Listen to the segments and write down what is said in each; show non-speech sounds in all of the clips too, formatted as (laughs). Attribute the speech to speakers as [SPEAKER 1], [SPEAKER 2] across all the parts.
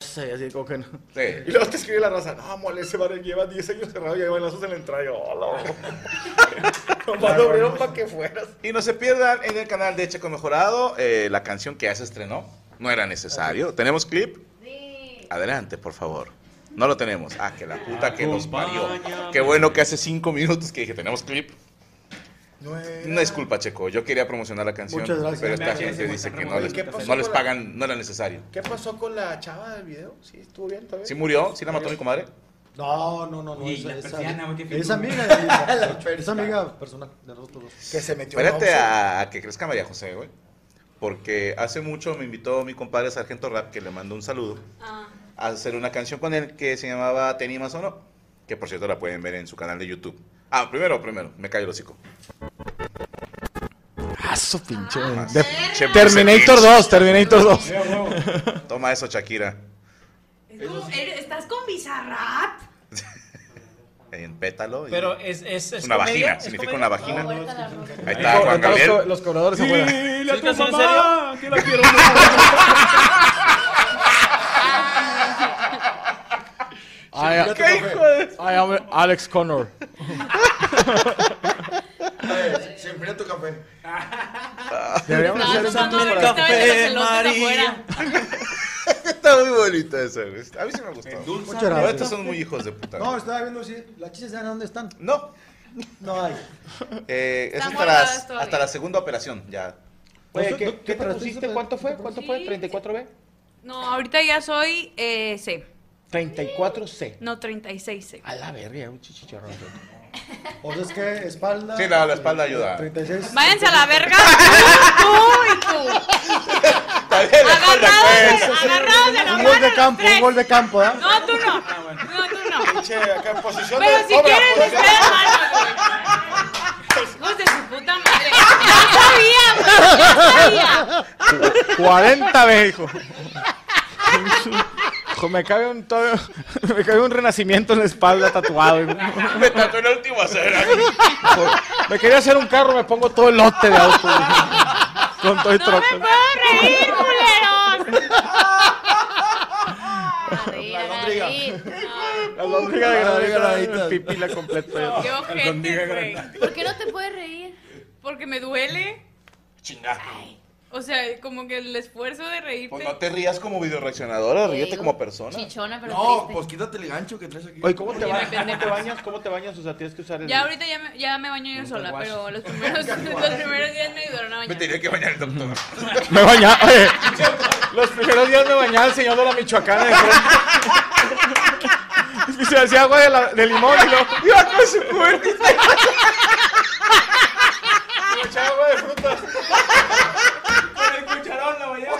[SPEAKER 1] Sí, así como que no. Y
[SPEAKER 2] Sí.
[SPEAKER 1] luego te escribe la raza, no, mole, ese bar lleva 10 años cerrado y hay balazos en la entrada. Y yo,
[SPEAKER 3] (laughs)
[SPEAKER 1] hola. Nomás lo abrieron para que fueras.
[SPEAKER 2] Y no se pierdan en el canal de Checo Mejorado eh, la canción que ya se estrenó. No era necesario. ¿Tenemos clip? Adelante, por favor. No lo tenemos. Ah, que la puta que nos parió. Qué bueno que hace cinco minutos que dije, tenemos clip.
[SPEAKER 1] No era-
[SPEAKER 2] No es culpa, Checo. Yo quería promocionar la canción.
[SPEAKER 1] Muchas gracias.
[SPEAKER 2] Pero esta
[SPEAKER 4] Me
[SPEAKER 2] gente
[SPEAKER 4] agradece,
[SPEAKER 2] dice que no
[SPEAKER 4] Guantanamo.
[SPEAKER 2] les,
[SPEAKER 1] ¿Qué pasó
[SPEAKER 2] no les
[SPEAKER 1] con la-
[SPEAKER 2] pagan, no era necesario.
[SPEAKER 1] ¿Qué pasó con la chava del video? Sí, estuvo bien todavía.
[SPEAKER 2] ¿Sí murió? ¿Sí la mató mi comadre?
[SPEAKER 3] No, no, no, no.
[SPEAKER 4] Y
[SPEAKER 3] es,
[SPEAKER 4] la
[SPEAKER 3] es-
[SPEAKER 4] persiana, güey, qué
[SPEAKER 3] es
[SPEAKER 4] figura.
[SPEAKER 3] amiga de ella, Es amiga personal de nosotros dos.
[SPEAKER 1] Que se metió
[SPEAKER 2] Espérate
[SPEAKER 1] en la
[SPEAKER 2] a, a que crezca María José, güey. Porque hace mucho me invitó mi compadre Sargento Rap, que le mandó un saludo, a hacer una canción con él que se llamaba Te animas o no. Que por cierto la pueden ver en su canal de YouTube. Ah, primero, primero, me callo el hocico.
[SPEAKER 5] Ah, su pinche.
[SPEAKER 2] Más.
[SPEAKER 5] De-
[SPEAKER 2] Che,
[SPEAKER 5] Terminator
[SPEAKER 2] pinche.
[SPEAKER 5] 2, Terminator 2.
[SPEAKER 2] Toma eso, Shakira.
[SPEAKER 6] Es como- eres- estás con Bizarrap.
[SPEAKER 2] En pétalo. y-
[SPEAKER 7] Pero es, es, es
[SPEAKER 2] una
[SPEAKER 7] comedia,
[SPEAKER 2] vagina,
[SPEAKER 7] ¿Es
[SPEAKER 2] significa
[SPEAKER 7] comedia?
[SPEAKER 2] una vagina.
[SPEAKER 6] Ahorita la rosa.
[SPEAKER 2] Ahí está Juan
[SPEAKER 5] Están los
[SPEAKER 2] Gabriel.
[SPEAKER 5] co- Los cobradores afuera.
[SPEAKER 7] ¿Sí
[SPEAKER 4] Dile
[SPEAKER 7] es canción en serio?
[SPEAKER 4] que la quiero.
[SPEAKER 5] Ay,
[SPEAKER 2] ¡Qué hijo de-
[SPEAKER 5] I am Alex (laughs) Connor.
[SPEAKER 1] Se enfría tu café.
[SPEAKER 5] Deberíamos
[SPEAKER 6] Estabas
[SPEAKER 5] hacer
[SPEAKER 6] usando
[SPEAKER 5] santos
[SPEAKER 6] el
[SPEAKER 5] para-
[SPEAKER 6] café de los elotes
[SPEAKER 4] María.
[SPEAKER 6] afuera.
[SPEAKER 2] Está muy bonito eso. güey. A mí sí me gustó.
[SPEAKER 3] Muchas
[SPEAKER 2] Pero
[SPEAKER 3] gracias.
[SPEAKER 2] estos son muy hijos de puta.
[SPEAKER 3] No,
[SPEAKER 2] güey.
[SPEAKER 3] estaba viendo si las chichas saben dónde están.
[SPEAKER 2] No.
[SPEAKER 3] No hay.
[SPEAKER 2] Eh, es
[SPEAKER 6] Están
[SPEAKER 2] hasta, las-
[SPEAKER 6] guardadas todavía.
[SPEAKER 2] hasta la segunda operación, ya.
[SPEAKER 3] Oye, ¿qué- Pues, qué te pusiste?
[SPEAKER 8] ¿Cuánto fue? ¿Cuánto fue?
[SPEAKER 6] Sí.
[SPEAKER 8] ¿34B?
[SPEAKER 6] No, ahorita ya soy eh, C,
[SPEAKER 8] 34C.
[SPEAKER 6] no 36C.
[SPEAKER 8] A la verga, un chichicharrón.
[SPEAKER 3] O sea, Pues es que espalda.
[SPEAKER 2] Sí, la- la espalda ayuda.
[SPEAKER 3] 36.
[SPEAKER 6] Váyanse a la
[SPEAKER 3] (laughs)
[SPEAKER 6] verga. Tú, tú y tú.
[SPEAKER 2] Está bien, la espalda,
[SPEAKER 6] Agarrados,
[SPEAKER 2] pues.
[SPEAKER 6] de- agarrados de la
[SPEAKER 3] Un
[SPEAKER 6] mano.
[SPEAKER 3] gol de
[SPEAKER 6] los
[SPEAKER 3] campo,
[SPEAKER 6] tres.
[SPEAKER 3] un gol de campo, ¿eh?
[SPEAKER 6] No, tú no. No, tú no.
[SPEAKER 1] Che, acá en posición
[SPEAKER 6] Pero
[SPEAKER 1] de
[SPEAKER 6] si
[SPEAKER 1] obra,
[SPEAKER 6] quieren,
[SPEAKER 2] pues,
[SPEAKER 6] les
[SPEAKER 3] pues.
[SPEAKER 1] posición-
[SPEAKER 6] queda mano, güey. Hijos de su puta
[SPEAKER 3] (laughs)
[SPEAKER 6] madre. Ya sabía, güey. Ya sabía.
[SPEAKER 5] 40 veces, (laughs) hijo. Hijo, Me cabe un todo- me cabe un renacimiento en la espalda tatuado. hijo.
[SPEAKER 2] Me tatué en la última cena.
[SPEAKER 5] Me quería hacer un carro, me pongo todo el lote de auto. Con todo el
[SPEAKER 6] No me
[SPEAKER 5] troco.
[SPEAKER 6] puedo reír, culeros. La
[SPEAKER 1] lombriga.
[SPEAKER 5] La lombriga de
[SPEAKER 3] lombriga
[SPEAKER 5] granadita,
[SPEAKER 3] granadita.
[SPEAKER 5] pipila completa.
[SPEAKER 6] Qué ojete, güey.
[SPEAKER 9] ¿Por qué no te puedes reír?
[SPEAKER 6] Porque me duele.
[SPEAKER 2] Chinga.
[SPEAKER 6] O sea, como que el esfuerzo de reírte.
[SPEAKER 2] Pues no te rías como video reaccionadora, ríete como persona.
[SPEAKER 9] Chichona, pero
[SPEAKER 8] No,
[SPEAKER 9] triste.
[SPEAKER 8] pues quítate el gancho que traes aquí.
[SPEAKER 5] Oye, ¿cómo te va?
[SPEAKER 8] ¿Cómo
[SPEAKER 6] (laughs)
[SPEAKER 8] te bañas? ¿Cómo te bañas? O sea, tienes que usar el.
[SPEAKER 6] Ya ahorita ya me, ya me baño yo sola, pero los
[SPEAKER 8] (laughs)
[SPEAKER 6] primeros, los primeros días me ayudaron a
[SPEAKER 2] Me
[SPEAKER 6] bañar.
[SPEAKER 2] tenía que bañar el doctor. (laughs)
[SPEAKER 5] Me bañaba. Oye, los primeros días me bañaba el señor de la Michoacana de frente. Y se hacía agua de, la- de limón y luego. ¡Iba con su cubeta!
[SPEAKER 4] Con el cucharón la bañaba.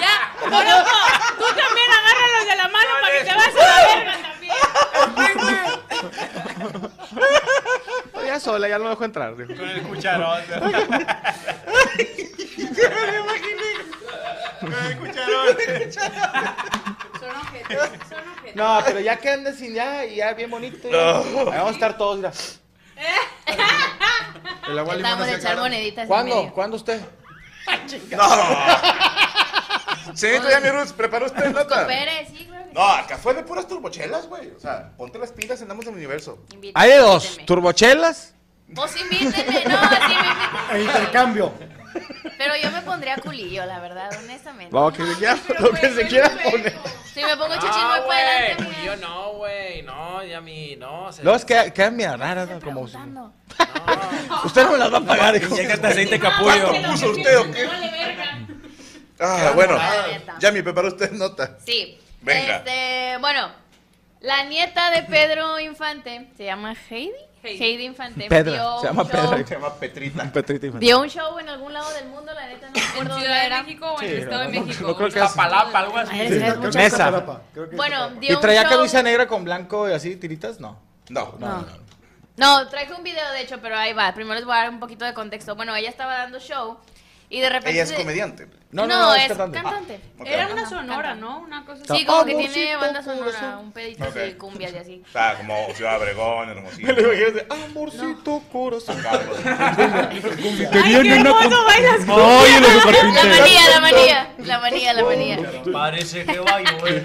[SPEAKER 6] Ya, Coloco, tú también agárralos de la mano para que te vas a la verga también.
[SPEAKER 8] (laughs)
[SPEAKER 5] Ya sola, ya no lo dejo entrar. dijo.
[SPEAKER 4] Con el cucharón.
[SPEAKER 6] Son objetos, son objetos.
[SPEAKER 8] No, pero ya que andas sin ya y ya bien bonito. ya. Ahí vamos a estar todos. mira.
[SPEAKER 1] El agua
[SPEAKER 9] Estamos
[SPEAKER 1] limona se
[SPEAKER 9] de echar
[SPEAKER 1] acaba.
[SPEAKER 9] moneditas. en
[SPEAKER 8] ¿Cuándo?
[SPEAKER 9] medio.
[SPEAKER 8] ¿Cuándo usted?
[SPEAKER 2] Señorita Yami Roots, ¿preparó usted nota?
[SPEAKER 9] Coopere, sí, claro. que
[SPEAKER 2] No, acá fue de puras turbochelas, güey. O sea, ponte las pilas, andamos del universo.
[SPEAKER 9] sí. Invítame,
[SPEAKER 5] Hay de dos:
[SPEAKER 9] invítame.
[SPEAKER 5] turbochelas.
[SPEAKER 9] Vos invítenme, no, así me
[SPEAKER 5] (laughs)
[SPEAKER 9] inviten.
[SPEAKER 3] E intercambio.
[SPEAKER 9] Pero yo me pondría culillo, la verdad, honestamente.
[SPEAKER 5] Lo que se quiera,
[SPEAKER 6] Pero,
[SPEAKER 5] lo
[SPEAKER 6] güey,
[SPEAKER 5] que se
[SPEAKER 6] güey,
[SPEAKER 5] quiera
[SPEAKER 6] no sé.
[SPEAKER 5] poner.
[SPEAKER 9] Si me pongo chichi
[SPEAKER 7] No,
[SPEAKER 9] muy para
[SPEAKER 7] güey.
[SPEAKER 9] adelante, mira.
[SPEAKER 7] Yo no, güey. No, ya mi. No, se.
[SPEAKER 5] Luego es que quedan bien raras, ¿no? Como.
[SPEAKER 9] Preguntando.
[SPEAKER 5] Usted no me las va a pagar, hijo.
[SPEAKER 4] Llévate aceite
[SPEAKER 6] No,
[SPEAKER 4] capullo.
[SPEAKER 6] que lo
[SPEAKER 2] puso
[SPEAKER 6] que
[SPEAKER 2] usted o
[SPEAKER 6] piensan
[SPEAKER 2] qué?
[SPEAKER 6] que vale verga.
[SPEAKER 2] Ah, bueno.
[SPEAKER 9] La neta.
[SPEAKER 2] Yami, ¿preparó usted nota?
[SPEAKER 9] Sí.
[SPEAKER 2] Venga.
[SPEAKER 9] Este, bueno, la nieta de Pedro Infante se llama Heidi. Heidi Infante.
[SPEAKER 5] Pedra,
[SPEAKER 9] dio
[SPEAKER 5] se llama
[SPEAKER 9] un
[SPEAKER 5] Pedra.
[SPEAKER 9] show-
[SPEAKER 5] Se llama
[SPEAKER 2] Petrita.
[SPEAKER 5] Petrita Infante.
[SPEAKER 9] Dio un show en algún lado del mundo, la neta no me acuerdo
[SPEAKER 6] ¿En
[SPEAKER 9] dónde
[SPEAKER 6] Ciudad de
[SPEAKER 9] era.
[SPEAKER 6] México o en
[SPEAKER 5] Sí,
[SPEAKER 6] el Estado
[SPEAKER 5] no,
[SPEAKER 6] de
[SPEAKER 5] no,
[SPEAKER 6] México?
[SPEAKER 5] no creo que es-
[SPEAKER 6] Iztapalapa, algo así.
[SPEAKER 9] Ay,
[SPEAKER 5] Sí,
[SPEAKER 9] era
[SPEAKER 5] creo
[SPEAKER 9] mucho-
[SPEAKER 5] que es Iztapalapa.
[SPEAKER 9] Bueno, dio
[SPEAKER 5] ¿Y
[SPEAKER 9] un
[SPEAKER 5] traía
[SPEAKER 9] show-
[SPEAKER 5] camisa negra con blanco y así tiritas? No.
[SPEAKER 2] No,
[SPEAKER 9] No. No, traigo un video de hecho, pero ahí va. Primero les voy a dar un poquito de contexto. Bueno, ella estaba dando show y de repente.
[SPEAKER 2] Ella es
[SPEAKER 9] se-
[SPEAKER 2] comediante.
[SPEAKER 9] No, no, es cantante.
[SPEAKER 2] Ah, ok.
[SPEAKER 6] Era una
[SPEAKER 9] Ajá,
[SPEAKER 6] sonora,
[SPEAKER 9] cantante.
[SPEAKER 6] ¿no? Una cosa
[SPEAKER 9] Sí,
[SPEAKER 6] así.
[SPEAKER 9] como que
[SPEAKER 5] Ah,
[SPEAKER 9] tiene
[SPEAKER 5] bolsita,
[SPEAKER 9] banda
[SPEAKER 5] corazón.
[SPEAKER 9] sonora, un pedito así,
[SPEAKER 2] Ok.
[SPEAKER 9] cumbia y así.
[SPEAKER 2] O sea, como Ciudad Obregón, (laughs) Hermosillo.
[SPEAKER 5] Amorcito corazón.
[SPEAKER 2] Carlos.
[SPEAKER 6] ¡Ay, qué hermoso bailas!
[SPEAKER 5] Oye, (laughs) lo ¿eh?
[SPEAKER 9] La manía, la manía, la manía, la manía.
[SPEAKER 7] Parece que va a llover.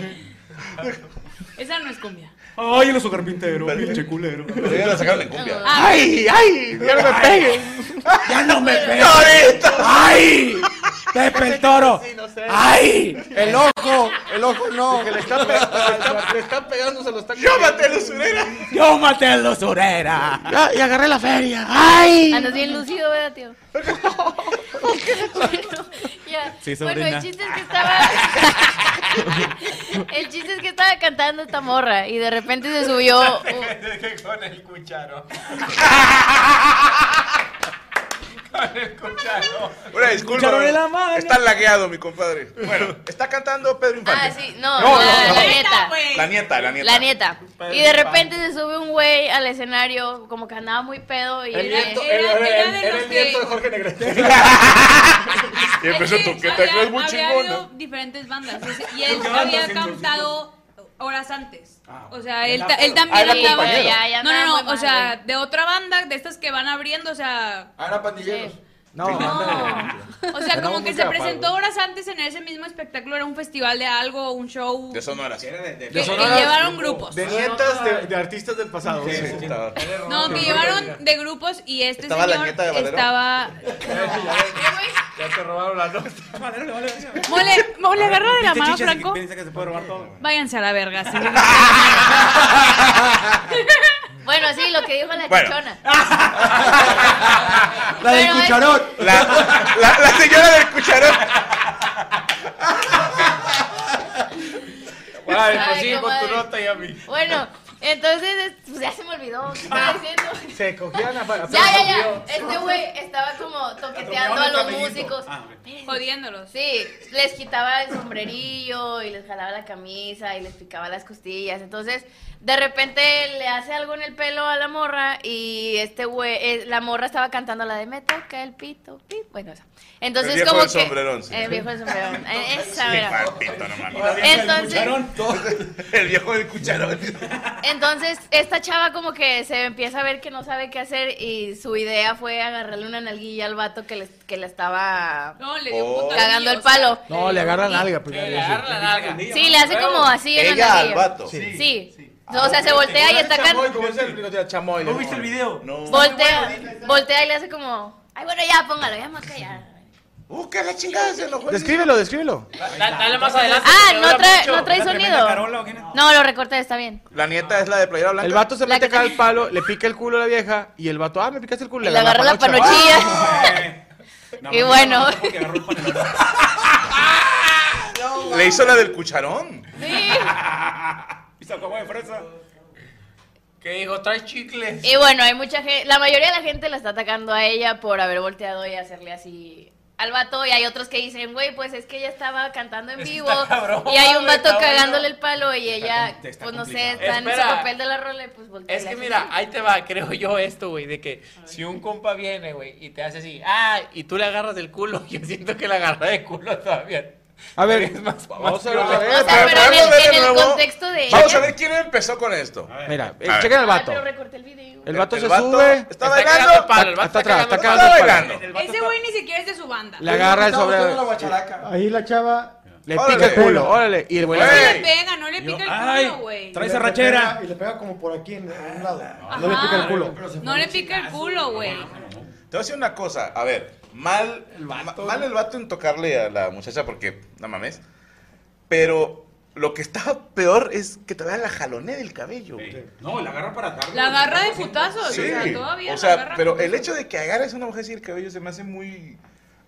[SPEAKER 6] Esa no es cumbia.
[SPEAKER 5] Ay, el carpintero, pinche culero.
[SPEAKER 2] Pero ya la sacaron en cumbia.
[SPEAKER 5] ¡Ay, ay! ¡Ya no me pegues! ¡Ya no me pegues! ¡Ay! Pepe el toro. ¡Ay! El ojo, el ojo no.
[SPEAKER 8] Le está, pe- le está- le está pegando, se lo está
[SPEAKER 2] ¡Yo maté a la usurera!
[SPEAKER 5] Yo maté a la usurera. Y agarré la feria. ¡Ay!
[SPEAKER 9] Andas bien lucido, ¿verdad,
[SPEAKER 5] (laughs)
[SPEAKER 9] tío? bueno, ya.
[SPEAKER 5] Sí,
[SPEAKER 9] bueno,
[SPEAKER 5] sobrina.
[SPEAKER 9] el chiste es que estaba. (laughs) el chiste es que estaba cantando esta morra y de repente se subió.
[SPEAKER 5] (laughs)
[SPEAKER 9] un-
[SPEAKER 7] Con el cucharo. Con el cucharo.
[SPEAKER 2] (laughs) Una disculpa.
[SPEAKER 5] Cucharón en la mano.
[SPEAKER 2] Está lagueado, mi compadre. Bueno, está cantando Pedro Infante.
[SPEAKER 9] Ah, sí, no,
[SPEAKER 5] No,
[SPEAKER 9] la,
[SPEAKER 5] no, no.
[SPEAKER 9] la nieta.
[SPEAKER 2] La nieta, pues. la nieta.
[SPEAKER 9] La nieta. Y de repente se sube un güey al escenario, como que andaba muy pedo y.
[SPEAKER 1] El
[SPEAKER 9] le-
[SPEAKER 1] nieto, el,
[SPEAKER 6] Era-
[SPEAKER 1] el-
[SPEAKER 6] era
[SPEAKER 1] el-
[SPEAKER 6] de
[SPEAKER 1] era
[SPEAKER 6] los
[SPEAKER 1] el nieto
[SPEAKER 6] que-
[SPEAKER 1] de Jorge Negrete.
[SPEAKER 2] Y empezó
[SPEAKER 6] Es que
[SPEAKER 2] tu que te
[SPEAKER 6] había-
[SPEAKER 2] crees muy
[SPEAKER 6] había habido
[SPEAKER 2] chingona.
[SPEAKER 6] diferentes bandas. o sea, Y él
[SPEAKER 5] ¿Qué bandas,
[SPEAKER 6] había
[SPEAKER 5] entonces?
[SPEAKER 6] cantado horas antes. O sea, él,
[SPEAKER 5] Ah,
[SPEAKER 6] ta- él
[SPEAKER 5] pero-
[SPEAKER 9] Sí,
[SPEAKER 6] también
[SPEAKER 9] güey,
[SPEAKER 6] andaba.
[SPEAKER 9] ya- ya
[SPEAKER 6] No, no,
[SPEAKER 9] andaba
[SPEAKER 6] no.
[SPEAKER 9] muy
[SPEAKER 6] O sea,
[SPEAKER 9] mal,
[SPEAKER 6] de otra banda, de estas que van abriendo, o sea.
[SPEAKER 8] Ah, eran pandilleros.
[SPEAKER 9] Sí.
[SPEAKER 5] No,
[SPEAKER 6] (laughs) O sea, como que se
[SPEAKER 5] música,
[SPEAKER 6] presentó horas antes en ese mismo espectáculo. Era un festival de algo, un show.
[SPEAKER 2] De sonoras.
[SPEAKER 6] que-
[SPEAKER 5] de
[SPEAKER 6] Que,
[SPEAKER 5] sonoras,
[SPEAKER 6] llevaron grupos.
[SPEAKER 5] De nietas de, de artistas del pasado. Sí, sí.
[SPEAKER 6] No, que llevaron de grupos y este
[SPEAKER 2] ¿Estaba la
[SPEAKER 6] señor
[SPEAKER 2] nieta de Valero?
[SPEAKER 5] (laughs)
[SPEAKER 6] estaba.
[SPEAKER 9] güey. Eh, güey,
[SPEAKER 4] Ya te robaron la nota.
[SPEAKER 6] Mole, mole, agarra de la mano,
[SPEAKER 4] Chichas que
[SPEAKER 6] Franco.
[SPEAKER 4] piensa que se puede robar todo.
[SPEAKER 6] Váyanse a la verga. sí.
[SPEAKER 5] (laughs)
[SPEAKER 9] Bueno, sí, lo que dijo la
[SPEAKER 2] Bueno.
[SPEAKER 9] chichona.
[SPEAKER 3] La del
[SPEAKER 9] Pero es-
[SPEAKER 3] cucharón.
[SPEAKER 2] La, la, la señora del cucharón.
[SPEAKER 4] Vale, pues
[SPEAKER 9] Ay,
[SPEAKER 4] sigue con tu
[SPEAKER 9] comadre.
[SPEAKER 4] nota y a mí.
[SPEAKER 9] Bueno, entonces, pues ya se me olvidó. ¿Qué estaba diciendo?
[SPEAKER 3] Se cogían a para.
[SPEAKER 9] (laughs) Ya, ya, ya. Este güey estaba como toqueteando a los músicos.
[SPEAKER 6] Jodiéndolos.
[SPEAKER 9] Sí, les quitaba el sombrerillo y les jalaba la camisa y les picaba las costillas. Entonces, de repente le hace algo en el pelo a la morra y este güey, eh, la morra estaba cantando la de me toca el pito, pito. Bueno, esa. Entonces,
[SPEAKER 2] El viejo
[SPEAKER 9] como
[SPEAKER 2] del
[SPEAKER 9] que.
[SPEAKER 2] sombrerón, sí.
[SPEAKER 9] El viejo del sombrerón. Eh, Esa, mira.
[SPEAKER 2] Palpito, no mames.
[SPEAKER 9] Entonces,
[SPEAKER 2] El viejo del cucharón.
[SPEAKER 9] Entonces, esta chava como que se empieza a ver que no sabe qué hacer y su idea fue agarrarle una nalguilla al vato que le, que le estaba
[SPEAKER 6] No, le dio
[SPEAKER 2] Oh.
[SPEAKER 6] un putazo.
[SPEAKER 9] cagando el palo.
[SPEAKER 5] No, le agarran alga
[SPEAKER 7] Le
[SPEAKER 3] pues,
[SPEAKER 5] primero.
[SPEAKER 7] agarra la nalga.
[SPEAKER 9] Sí, le hace como así en la
[SPEAKER 2] Ella al
[SPEAKER 9] nalguilla.
[SPEAKER 2] vato.
[SPEAKER 9] Sí. O sea, se voltea y está
[SPEAKER 8] Chamoy,
[SPEAKER 9] can-
[SPEAKER 8] como dice el piloto, chamoy.
[SPEAKER 4] ¿No viste el video?
[SPEAKER 2] No.
[SPEAKER 9] voltea, voltea y le hace como, ay, bueno, ya, póngalo, ya, más que ya.
[SPEAKER 2] Busca la chingada, se lo juega.
[SPEAKER 5] Descríbelo, descríbelo.
[SPEAKER 7] Da- Dale más adelante.
[SPEAKER 9] Ah,
[SPEAKER 7] que
[SPEAKER 9] no
[SPEAKER 7] dura
[SPEAKER 9] trae,
[SPEAKER 7] mucho.
[SPEAKER 9] no trae
[SPEAKER 4] ¿La tremenda
[SPEAKER 9] sonido.
[SPEAKER 4] Carola o quién es?
[SPEAKER 9] No, lo recorté, está bien.
[SPEAKER 2] La nieta es la de Playera Blanca.
[SPEAKER 5] El vato se
[SPEAKER 9] La
[SPEAKER 5] mete
[SPEAKER 9] que
[SPEAKER 5] acá
[SPEAKER 9] te-
[SPEAKER 5] al palo, le pica el culo a la vieja y el vato, ah, me picaste el culo.
[SPEAKER 9] Le agarra la panochilla.
[SPEAKER 4] No,
[SPEAKER 9] (laughs) Y
[SPEAKER 4] no,
[SPEAKER 9] bueno.
[SPEAKER 4] Ah, no, porque agarró el panelazo.
[SPEAKER 2] Le hizo la del cucharón.
[SPEAKER 9] Sí.
[SPEAKER 4] Y sacó agua de fresa.
[SPEAKER 7] Que dijo, trae chicles.
[SPEAKER 9] Y bueno, hay mucha gente, la mayoría de la gente la está atacando a ella por haber volteado y hacerle así al vato y hay otros que dicen, güey, pues es que ella estaba cantando en
[SPEAKER 7] Está
[SPEAKER 9] vivo
[SPEAKER 7] cabrón,
[SPEAKER 9] y hay un
[SPEAKER 7] güey,
[SPEAKER 9] vato
[SPEAKER 7] está
[SPEAKER 9] cagándole
[SPEAKER 7] bueno.
[SPEAKER 9] el palo y ella,
[SPEAKER 4] com- está
[SPEAKER 9] pues no sé,
[SPEAKER 4] complicado.
[SPEAKER 9] está en su
[SPEAKER 7] Espera.
[SPEAKER 9] papel de la rola y pues voltea.
[SPEAKER 7] Es que mira, ahí te va, creo yo esto, güey, de que si un compa viene, güey, y te hace así, ah, y tú le agarras del culo, (laughs) yo siento que la agarra de culo todavía.
[SPEAKER 5] A ver,
[SPEAKER 7] es más,
[SPEAKER 5] vamos
[SPEAKER 7] más
[SPEAKER 5] a ver,
[SPEAKER 7] piola.
[SPEAKER 5] a ver.
[SPEAKER 9] O sea,
[SPEAKER 5] Pero
[SPEAKER 9] pero en
[SPEAKER 2] podemos
[SPEAKER 9] el,
[SPEAKER 2] ver de
[SPEAKER 9] en el
[SPEAKER 2] nuevo.
[SPEAKER 9] contexto de ella.
[SPEAKER 2] Vamos a ver quién empezó con esto.
[SPEAKER 5] Mira, eh,
[SPEAKER 2] A ver.
[SPEAKER 5] chequen al
[SPEAKER 9] Ay,
[SPEAKER 5] vato.
[SPEAKER 9] Ah, pero recorté el video.
[SPEAKER 5] El vato
[SPEAKER 2] El
[SPEAKER 5] se
[SPEAKER 2] vato
[SPEAKER 5] sube.
[SPEAKER 2] Está
[SPEAKER 7] cagando el
[SPEAKER 2] bailando.
[SPEAKER 7] palo, el
[SPEAKER 5] Está
[SPEAKER 7] vato está
[SPEAKER 5] atrás,
[SPEAKER 7] cagando
[SPEAKER 5] está
[SPEAKER 7] el
[SPEAKER 5] cagando el
[SPEAKER 2] bailando.
[SPEAKER 5] palo.
[SPEAKER 6] Ese güey ni siquiera es de su banda.
[SPEAKER 5] Le agarra el sobre,
[SPEAKER 8] la guacharaca.
[SPEAKER 3] Ahí la chava.
[SPEAKER 5] le
[SPEAKER 2] Órale.
[SPEAKER 5] pica el culo, órale. Y el güey le
[SPEAKER 6] No
[SPEAKER 2] Ey.
[SPEAKER 5] agarra.
[SPEAKER 6] le pega, no le pica el culo, güey.
[SPEAKER 4] traes
[SPEAKER 3] le- le
[SPEAKER 4] arrachera.
[SPEAKER 3] pega- Y le pega como por aquí, en en un lado.
[SPEAKER 6] Ajá.
[SPEAKER 3] Ah, No le pica el culo.
[SPEAKER 6] No le pica el culo, güey.
[SPEAKER 2] Te voy a decir una cosa, a ver, mal ma- mal el vato, en tocarle a la muchacha porque no mames, pero lo que estaba peor es que todavía la jaloné del cabello. güey.
[SPEAKER 4] No, la agarra para atrás.
[SPEAKER 6] La agarra de putazos, o sea, todavía.
[SPEAKER 2] o
[SPEAKER 6] la
[SPEAKER 2] sea,
[SPEAKER 6] agarra
[SPEAKER 2] pero
[SPEAKER 6] putazos.
[SPEAKER 2] el hecho de que agarres a una mujer así el cabello se me hace muy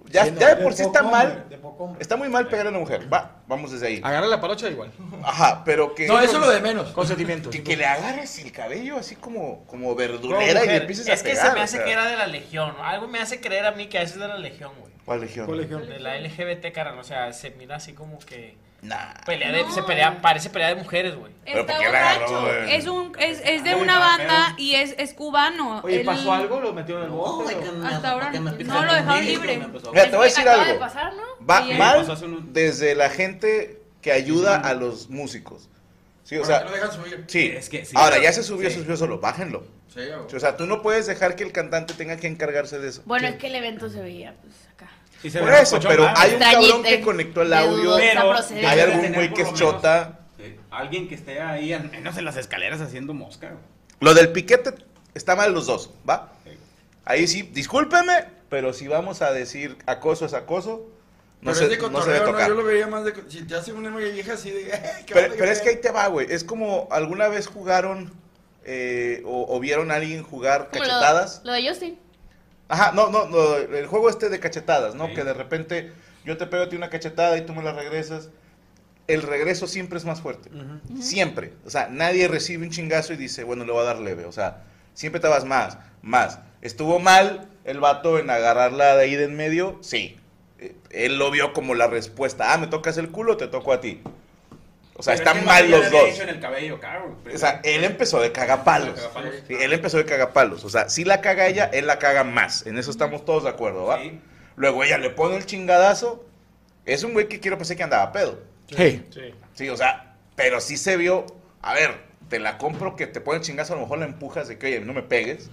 [SPEAKER 2] Ya,
[SPEAKER 3] Sí, no,
[SPEAKER 2] ya de
[SPEAKER 3] de
[SPEAKER 2] por sí
[SPEAKER 3] poco
[SPEAKER 2] está
[SPEAKER 3] hombre,
[SPEAKER 2] mal.
[SPEAKER 3] de poco hombre. Ah.
[SPEAKER 2] Está muy mal pegar a una mujer. Va, vamos desde ahí.
[SPEAKER 5] Agarra la parocha igual.
[SPEAKER 2] Ajá, pero que.
[SPEAKER 5] No, eso es lo de
[SPEAKER 2] menos.
[SPEAKER 5] Consentimiento.
[SPEAKER 2] Que, que le agarres el cabello así como, como
[SPEAKER 7] Como
[SPEAKER 2] verdulera y le
[SPEAKER 7] mujer.
[SPEAKER 2] empieces a
[SPEAKER 7] Es que
[SPEAKER 2] pegar,
[SPEAKER 7] se me
[SPEAKER 2] o
[SPEAKER 7] hace
[SPEAKER 2] sea.
[SPEAKER 7] que era de la legión. Algo me hace creer a mí que eso es de la legión, güey.
[SPEAKER 2] ¿Cuál legión?
[SPEAKER 3] ¿Cuál legión?
[SPEAKER 7] De la LGBT, carnal. O sea, se mira así como que.
[SPEAKER 2] Nah.
[SPEAKER 7] Pelea de,
[SPEAKER 6] No.
[SPEAKER 7] Se pelea, parece pelea de mujeres, güey.
[SPEAKER 2] Pero
[SPEAKER 6] Está
[SPEAKER 2] ¿por qué la
[SPEAKER 6] borracho.
[SPEAKER 2] agarró, güey?
[SPEAKER 6] es, un, es, es de
[SPEAKER 4] Ay,
[SPEAKER 6] una
[SPEAKER 4] va,
[SPEAKER 6] banda
[SPEAKER 4] pero-
[SPEAKER 6] y es, es cubano.
[SPEAKER 4] Oye,
[SPEAKER 6] El-
[SPEAKER 4] ¿pasó algo? ¿Lo metieron en el bote? o-
[SPEAKER 6] Hasta ahora
[SPEAKER 4] me
[SPEAKER 6] no
[SPEAKER 4] pican
[SPEAKER 6] lo
[SPEAKER 4] los
[SPEAKER 6] dejaron
[SPEAKER 4] nudillos,
[SPEAKER 6] libre.
[SPEAKER 4] me empezó.
[SPEAKER 2] Mira, te voy a
[SPEAKER 9] Es
[SPEAKER 2] decir
[SPEAKER 9] que acaba de
[SPEAKER 2] algo.
[SPEAKER 9] pasar, ¿no?
[SPEAKER 2] Va
[SPEAKER 6] Sí,
[SPEAKER 2] mal
[SPEAKER 4] pasó hace un-
[SPEAKER 2] desde la gente que ayuda a los músicos. Sí, o sea. Sí.
[SPEAKER 10] Es que sí.
[SPEAKER 2] Ahora ya se subió,
[SPEAKER 10] Sí.
[SPEAKER 2] se subió solo. Bájenlo.
[SPEAKER 10] Sí, güey.
[SPEAKER 2] O sea, tú no puedes dejar que el cantante tenga que encargarse de eso.
[SPEAKER 9] Bueno, es que el evento se veía, pues, acá.
[SPEAKER 10] Sí, se
[SPEAKER 2] Por
[SPEAKER 10] ve
[SPEAKER 2] eso,
[SPEAKER 10] locochón,
[SPEAKER 2] pero
[SPEAKER 10] claro.
[SPEAKER 2] hay un cabrón
[SPEAKER 9] Extrañite.
[SPEAKER 2] que conectó el
[SPEAKER 9] De
[SPEAKER 2] audio.
[SPEAKER 9] dudosa
[SPEAKER 10] Pero-
[SPEAKER 9] procedencia.
[SPEAKER 2] Hay algún
[SPEAKER 10] Tener
[SPEAKER 2] güey que es
[SPEAKER 10] por lo menos-
[SPEAKER 2] chota.
[SPEAKER 10] Sí, Alguien que esté ahí, al menos en las escaleras haciendo mosca. güey.
[SPEAKER 2] Lo del piquete está mal los dos, ¿va? Ahí sí, discúlpeme, pero si vamos a decir acoso es acoso, no,
[SPEAKER 10] Pero
[SPEAKER 2] se,
[SPEAKER 10] es de
[SPEAKER 2] no se
[SPEAKER 10] cotorreo,
[SPEAKER 2] debe
[SPEAKER 10] ¿no?
[SPEAKER 2] tocar.
[SPEAKER 10] Yo lo vería más de. co- Si te hace una vieja así de. "Eh, ¿qué
[SPEAKER 2] Pero,
[SPEAKER 10] onda,
[SPEAKER 2] pero
[SPEAKER 10] qué
[SPEAKER 2] es que ahí te va, güey. Es como alguna vez jugaron eh, o, o vieron a alguien jugar
[SPEAKER 9] Como lo-
[SPEAKER 2] cachetadas.
[SPEAKER 9] Lo de Justin.
[SPEAKER 2] Ajá, no, no, no, el juego este de cachetadas, ¿no? Que de repente yo te pego a ti una cachetada y tú me la regresas. El regreso siempre es más fuerte. Siempre. O sea, nadie recibe un chingazo y dice, bueno, le voy a dar leve. O sea, siempre te vas más, más. Estuvo mal el vato en agarrarla de ahí de en medio, sí. Eh, Él lo vio como la respuesta, ah, me tocas el culo, te toco a ti. O sea,
[SPEAKER 10] Pero es
[SPEAKER 2] están
[SPEAKER 10] que
[SPEAKER 2] mal
[SPEAKER 10] Mario ya
[SPEAKER 2] los
[SPEAKER 10] le había
[SPEAKER 2] dos.
[SPEAKER 10] hecho en el cabello, claro.
[SPEAKER 2] O sea, él empezó de cagapalos.
[SPEAKER 10] De cagapalos.
[SPEAKER 2] Sí, él empezó de cagapalos. O sea, si la caga ella, él la caga más. En eso estamos todos de acuerdo, ¿va?
[SPEAKER 10] Sí.
[SPEAKER 2] Luego ella le pone el chingadazo. Es un güey que quiero pensar que andaba pedo.
[SPEAKER 5] Hey.
[SPEAKER 1] Sí.
[SPEAKER 2] Sí, o sea, pero sí se vio. A ver, te la compro que te pone el chingazo, a lo mejor la empujas de que, oye, no me pegues.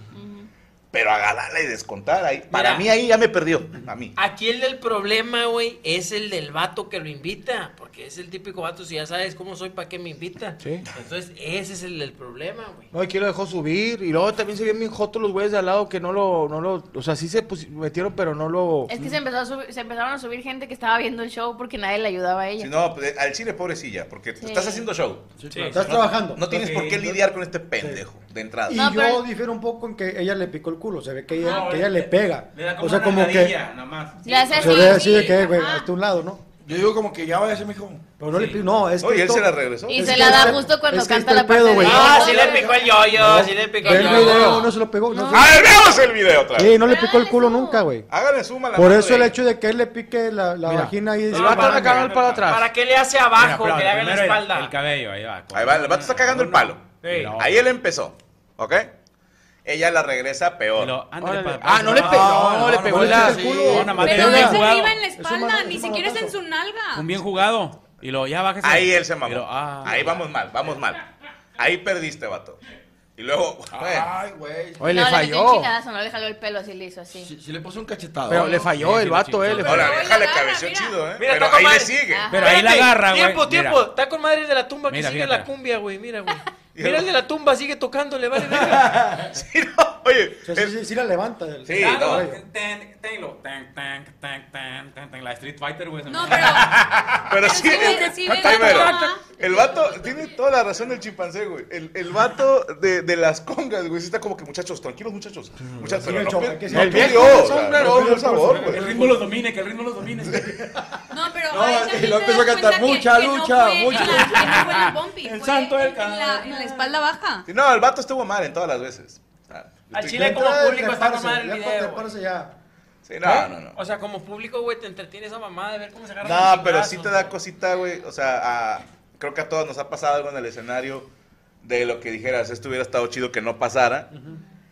[SPEAKER 2] Pero agarrarla y descontar ahí. Para mí ahí ya me perdió. A mí.
[SPEAKER 7] Aquí el del problema, güey, es el del vato que lo invita. Porque es el típico vato, si ya sabes cómo soy, ¿para qué me invita?
[SPEAKER 5] Sí.
[SPEAKER 7] Entonces, ese es el del problema, güey.
[SPEAKER 5] No, y que lo dejó subir. Y luego también se vieron bien jotos los güeyes de al lado que no lo, no lo. O sea, sí se pusi- metieron, pero no lo.
[SPEAKER 9] Es que se, empezó a subir- se empezaron a subir gente que estaba viendo el show porque nadie le ayudaba a ella.
[SPEAKER 2] Si no, pues, al chile pobrecilla, porque tú
[SPEAKER 9] Sí.
[SPEAKER 2] estás haciendo show.
[SPEAKER 3] Estás trabajando.
[SPEAKER 2] No tienes por qué lidiar con este pendejo de entrada.
[SPEAKER 3] Y
[SPEAKER 9] No,
[SPEAKER 3] yo
[SPEAKER 9] pero-
[SPEAKER 3] difiero un poco en que ella le picó el culo. Se ve que ella,
[SPEAKER 10] No,
[SPEAKER 3] que ella
[SPEAKER 10] le-
[SPEAKER 3] le pega.
[SPEAKER 10] Le da como
[SPEAKER 3] o sea,
[SPEAKER 10] una
[SPEAKER 3] como que.
[SPEAKER 10] ladilla, nada más.
[SPEAKER 9] Le hace
[SPEAKER 3] Se ve así
[SPEAKER 9] así,
[SPEAKER 3] de que, güey,
[SPEAKER 9] ajá.
[SPEAKER 3] hasta un lado, ¿no?
[SPEAKER 10] Yo digo como que ya vaya a ser mi hijo.
[SPEAKER 3] Pero no le pico. No, es
[SPEAKER 2] No,
[SPEAKER 3] que.
[SPEAKER 2] y él
[SPEAKER 3] esto-
[SPEAKER 2] se la regresó.
[SPEAKER 9] Y
[SPEAKER 3] Es
[SPEAKER 9] se
[SPEAKER 3] que
[SPEAKER 9] la da
[SPEAKER 3] está-
[SPEAKER 9] justo cuando
[SPEAKER 3] es que
[SPEAKER 9] canta
[SPEAKER 3] está
[SPEAKER 9] la
[SPEAKER 3] el
[SPEAKER 9] parte
[SPEAKER 3] pedo,
[SPEAKER 9] de...
[SPEAKER 2] Pues
[SPEAKER 3] güey.
[SPEAKER 7] Ah, sí le picó el yoyo, Ah, sí le picó
[SPEAKER 3] Ve
[SPEAKER 7] el
[SPEAKER 3] el
[SPEAKER 7] yoyo.
[SPEAKER 3] video, no se lo pegó. No,
[SPEAKER 9] No.
[SPEAKER 3] se-
[SPEAKER 2] ¡Ah, Ah, veamos el video otra vez!
[SPEAKER 3] Sí, no le picó el culo nunca, güey.
[SPEAKER 2] Háganle suma la
[SPEAKER 3] Por
[SPEAKER 2] mano
[SPEAKER 3] eso el
[SPEAKER 2] de-
[SPEAKER 3] hecho de que él le pique la, la
[SPEAKER 5] Mira,
[SPEAKER 3] vagina y
[SPEAKER 5] El vato anda
[SPEAKER 10] para-
[SPEAKER 5] cagando el palo atrás.
[SPEAKER 7] ¿Para qué le hace
[SPEAKER 10] Mira,
[SPEAKER 7] abajo?
[SPEAKER 10] pero
[SPEAKER 7] que le haga en
[SPEAKER 10] primero
[SPEAKER 7] la
[SPEAKER 10] el-
[SPEAKER 7] espalda.
[SPEAKER 10] El cabello, ahí va.
[SPEAKER 2] Ahí va, el vato está cagando el palo.
[SPEAKER 7] Sí.
[SPEAKER 10] No.
[SPEAKER 2] Ahí él empezó, ¿ok? Ella la regresa peor.
[SPEAKER 5] Ándale, pa- ah, no le pegó, no, le pegó
[SPEAKER 3] no, no,
[SPEAKER 5] la.
[SPEAKER 3] no,
[SPEAKER 5] Sí.
[SPEAKER 3] nada
[SPEAKER 10] más
[SPEAKER 6] Pero no
[SPEAKER 3] Mira,
[SPEAKER 6] es arriba en la
[SPEAKER 3] un
[SPEAKER 6] espalda,
[SPEAKER 3] mano-
[SPEAKER 6] ni
[SPEAKER 3] es un
[SPEAKER 6] siquiera es en
[SPEAKER 3] manotazo.
[SPEAKER 6] su nalga.
[SPEAKER 11] Un bien jugado. Y lo ya bájese.
[SPEAKER 2] Ahí él se mamó.
[SPEAKER 11] Pero, ah.
[SPEAKER 2] Ahí vamos mal, vamos mal. Ahí perdiste, vato. Y luego, bueno,
[SPEAKER 10] Ay, güey.
[SPEAKER 5] Oye, le
[SPEAKER 9] no, le metió un
[SPEAKER 5] falló.
[SPEAKER 9] chingadazo, no le jaló el pelo, así le hizo así.
[SPEAKER 10] Si, si le puso un cachetado.
[SPEAKER 5] Pero le falló el vato, eh. le
[SPEAKER 2] ahora la
[SPEAKER 5] falló.
[SPEAKER 6] luego
[SPEAKER 2] vieja
[SPEAKER 6] le
[SPEAKER 2] le
[SPEAKER 6] agarra,
[SPEAKER 2] cabeció
[SPEAKER 6] mira.
[SPEAKER 2] chido, ¿eh?
[SPEAKER 7] Mira,
[SPEAKER 2] pero
[SPEAKER 7] está
[SPEAKER 2] ahí le
[SPEAKER 7] mal.
[SPEAKER 2] sigue.
[SPEAKER 9] Ah.
[SPEAKER 11] Pero ahí la
[SPEAKER 7] Espérate,
[SPEAKER 11] agarra, güey.
[SPEAKER 7] Tiempo, tiempo.
[SPEAKER 11] Mira.
[SPEAKER 7] Está con madre de la tumba que
[SPEAKER 11] Mira,
[SPEAKER 7] sigue
[SPEAKER 11] fíjate.
[SPEAKER 7] la cumbia, güey. Mira, güey. Mira el de la tumba, sigue tocándole, vale.
[SPEAKER 2] (laughs)
[SPEAKER 7] verga.
[SPEAKER 2] Ah, Sí, no, oye,
[SPEAKER 3] O sea, sí, sí, sí la levanta. del-
[SPEAKER 2] Sí,
[SPEAKER 3] del
[SPEAKER 2] no.
[SPEAKER 3] cabello.
[SPEAKER 11] Ten- tenlo. Ten, ten, ten, ten, ten, ten. La Street Fighter, güey. se me-
[SPEAKER 6] No, pero
[SPEAKER 2] pero sí,
[SPEAKER 6] sí ve- sí ve la
[SPEAKER 2] primero,
[SPEAKER 6] mamá.
[SPEAKER 2] el vato tiene toda la razón el chimpancé, güey. El, el vato de, de las congas, güey, sí está como que, muchachos, tranquilos, muchachos. Muchachos,
[SPEAKER 3] sí,
[SPEAKER 2] pero
[SPEAKER 3] el
[SPEAKER 2] no,
[SPEAKER 3] chompa,
[SPEAKER 2] pe-
[SPEAKER 3] que sí.
[SPEAKER 2] no
[SPEAKER 3] El
[SPEAKER 2] pidió,
[SPEAKER 3] viejo
[SPEAKER 2] o
[SPEAKER 3] del
[SPEAKER 2] sea,
[SPEAKER 3] sombrero,
[SPEAKER 2] no pidió el sabor,
[SPEAKER 11] Que el
[SPEAKER 2] güey.
[SPEAKER 11] ritmo los domine, que el ritmo los domine.
[SPEAKER 6] No, pero
[SPEAKER 3] (laughs) No,
[SPEAKER 6] ahí
[SPEAKER 3] y
[SPEAKER 6] también
[SPEAKER 3] lo
[SPEAKER 6] te
[SPEAKER 3] empezó a
[SPEAKER 6] das cuenta
[SPEAKER 3] cantar,
[SPEAKER 6] que-
[SPEAKER 3] mucha
[SPEAKER 6] que no
[SPEAKER 3] lucha,
[SPEAKER 6] fue en
[SPEAKER 3] mucha
[SPEAKER 6] la- que no fue en el bumpy,
[SPEAKER 11] El
[SPEAKER 6] fue
[SPEAKER 11] santo del
[SPEAKER 6] en la, en la espalda baja.
[SPEAKER 2] Sí, No, el vato estuvo mal en todas las veces. O sea,
[SPEAKER 7] Al
[SPEAKER 2] estoy-
[SPEAKER 7] chile como público está con
[SPEAKER 3] Treparse,
[SPEAKER 7] madre el
[SPEAKER 3] ya
[SPEAKER 7] video.
[SPEAKER 3] para
[SPEAKER 7] güey.
[SPEAKER 3] treparse ya.
[SPEAKER 2] Sí, no,
[SPEAKER 3] ¿eh?
[SPEAKER 2] no, no.
[SPEAKER 7] O sea, como público, güey, te entretiene esa mamá de ver cómo se agarran los
[SPEAKER 2] ¿Eh? No, pero
[SPEAKER 7] chingazos,
[SPEAKER 2] sí te da
[SPEAKER 7] güey.
[SPEAKER 2] cosita, güey. O sea, a- creo que a todos nos ha pasado algo en el escenario de lo que dijeras, esto hubiera estado chido que no pasara.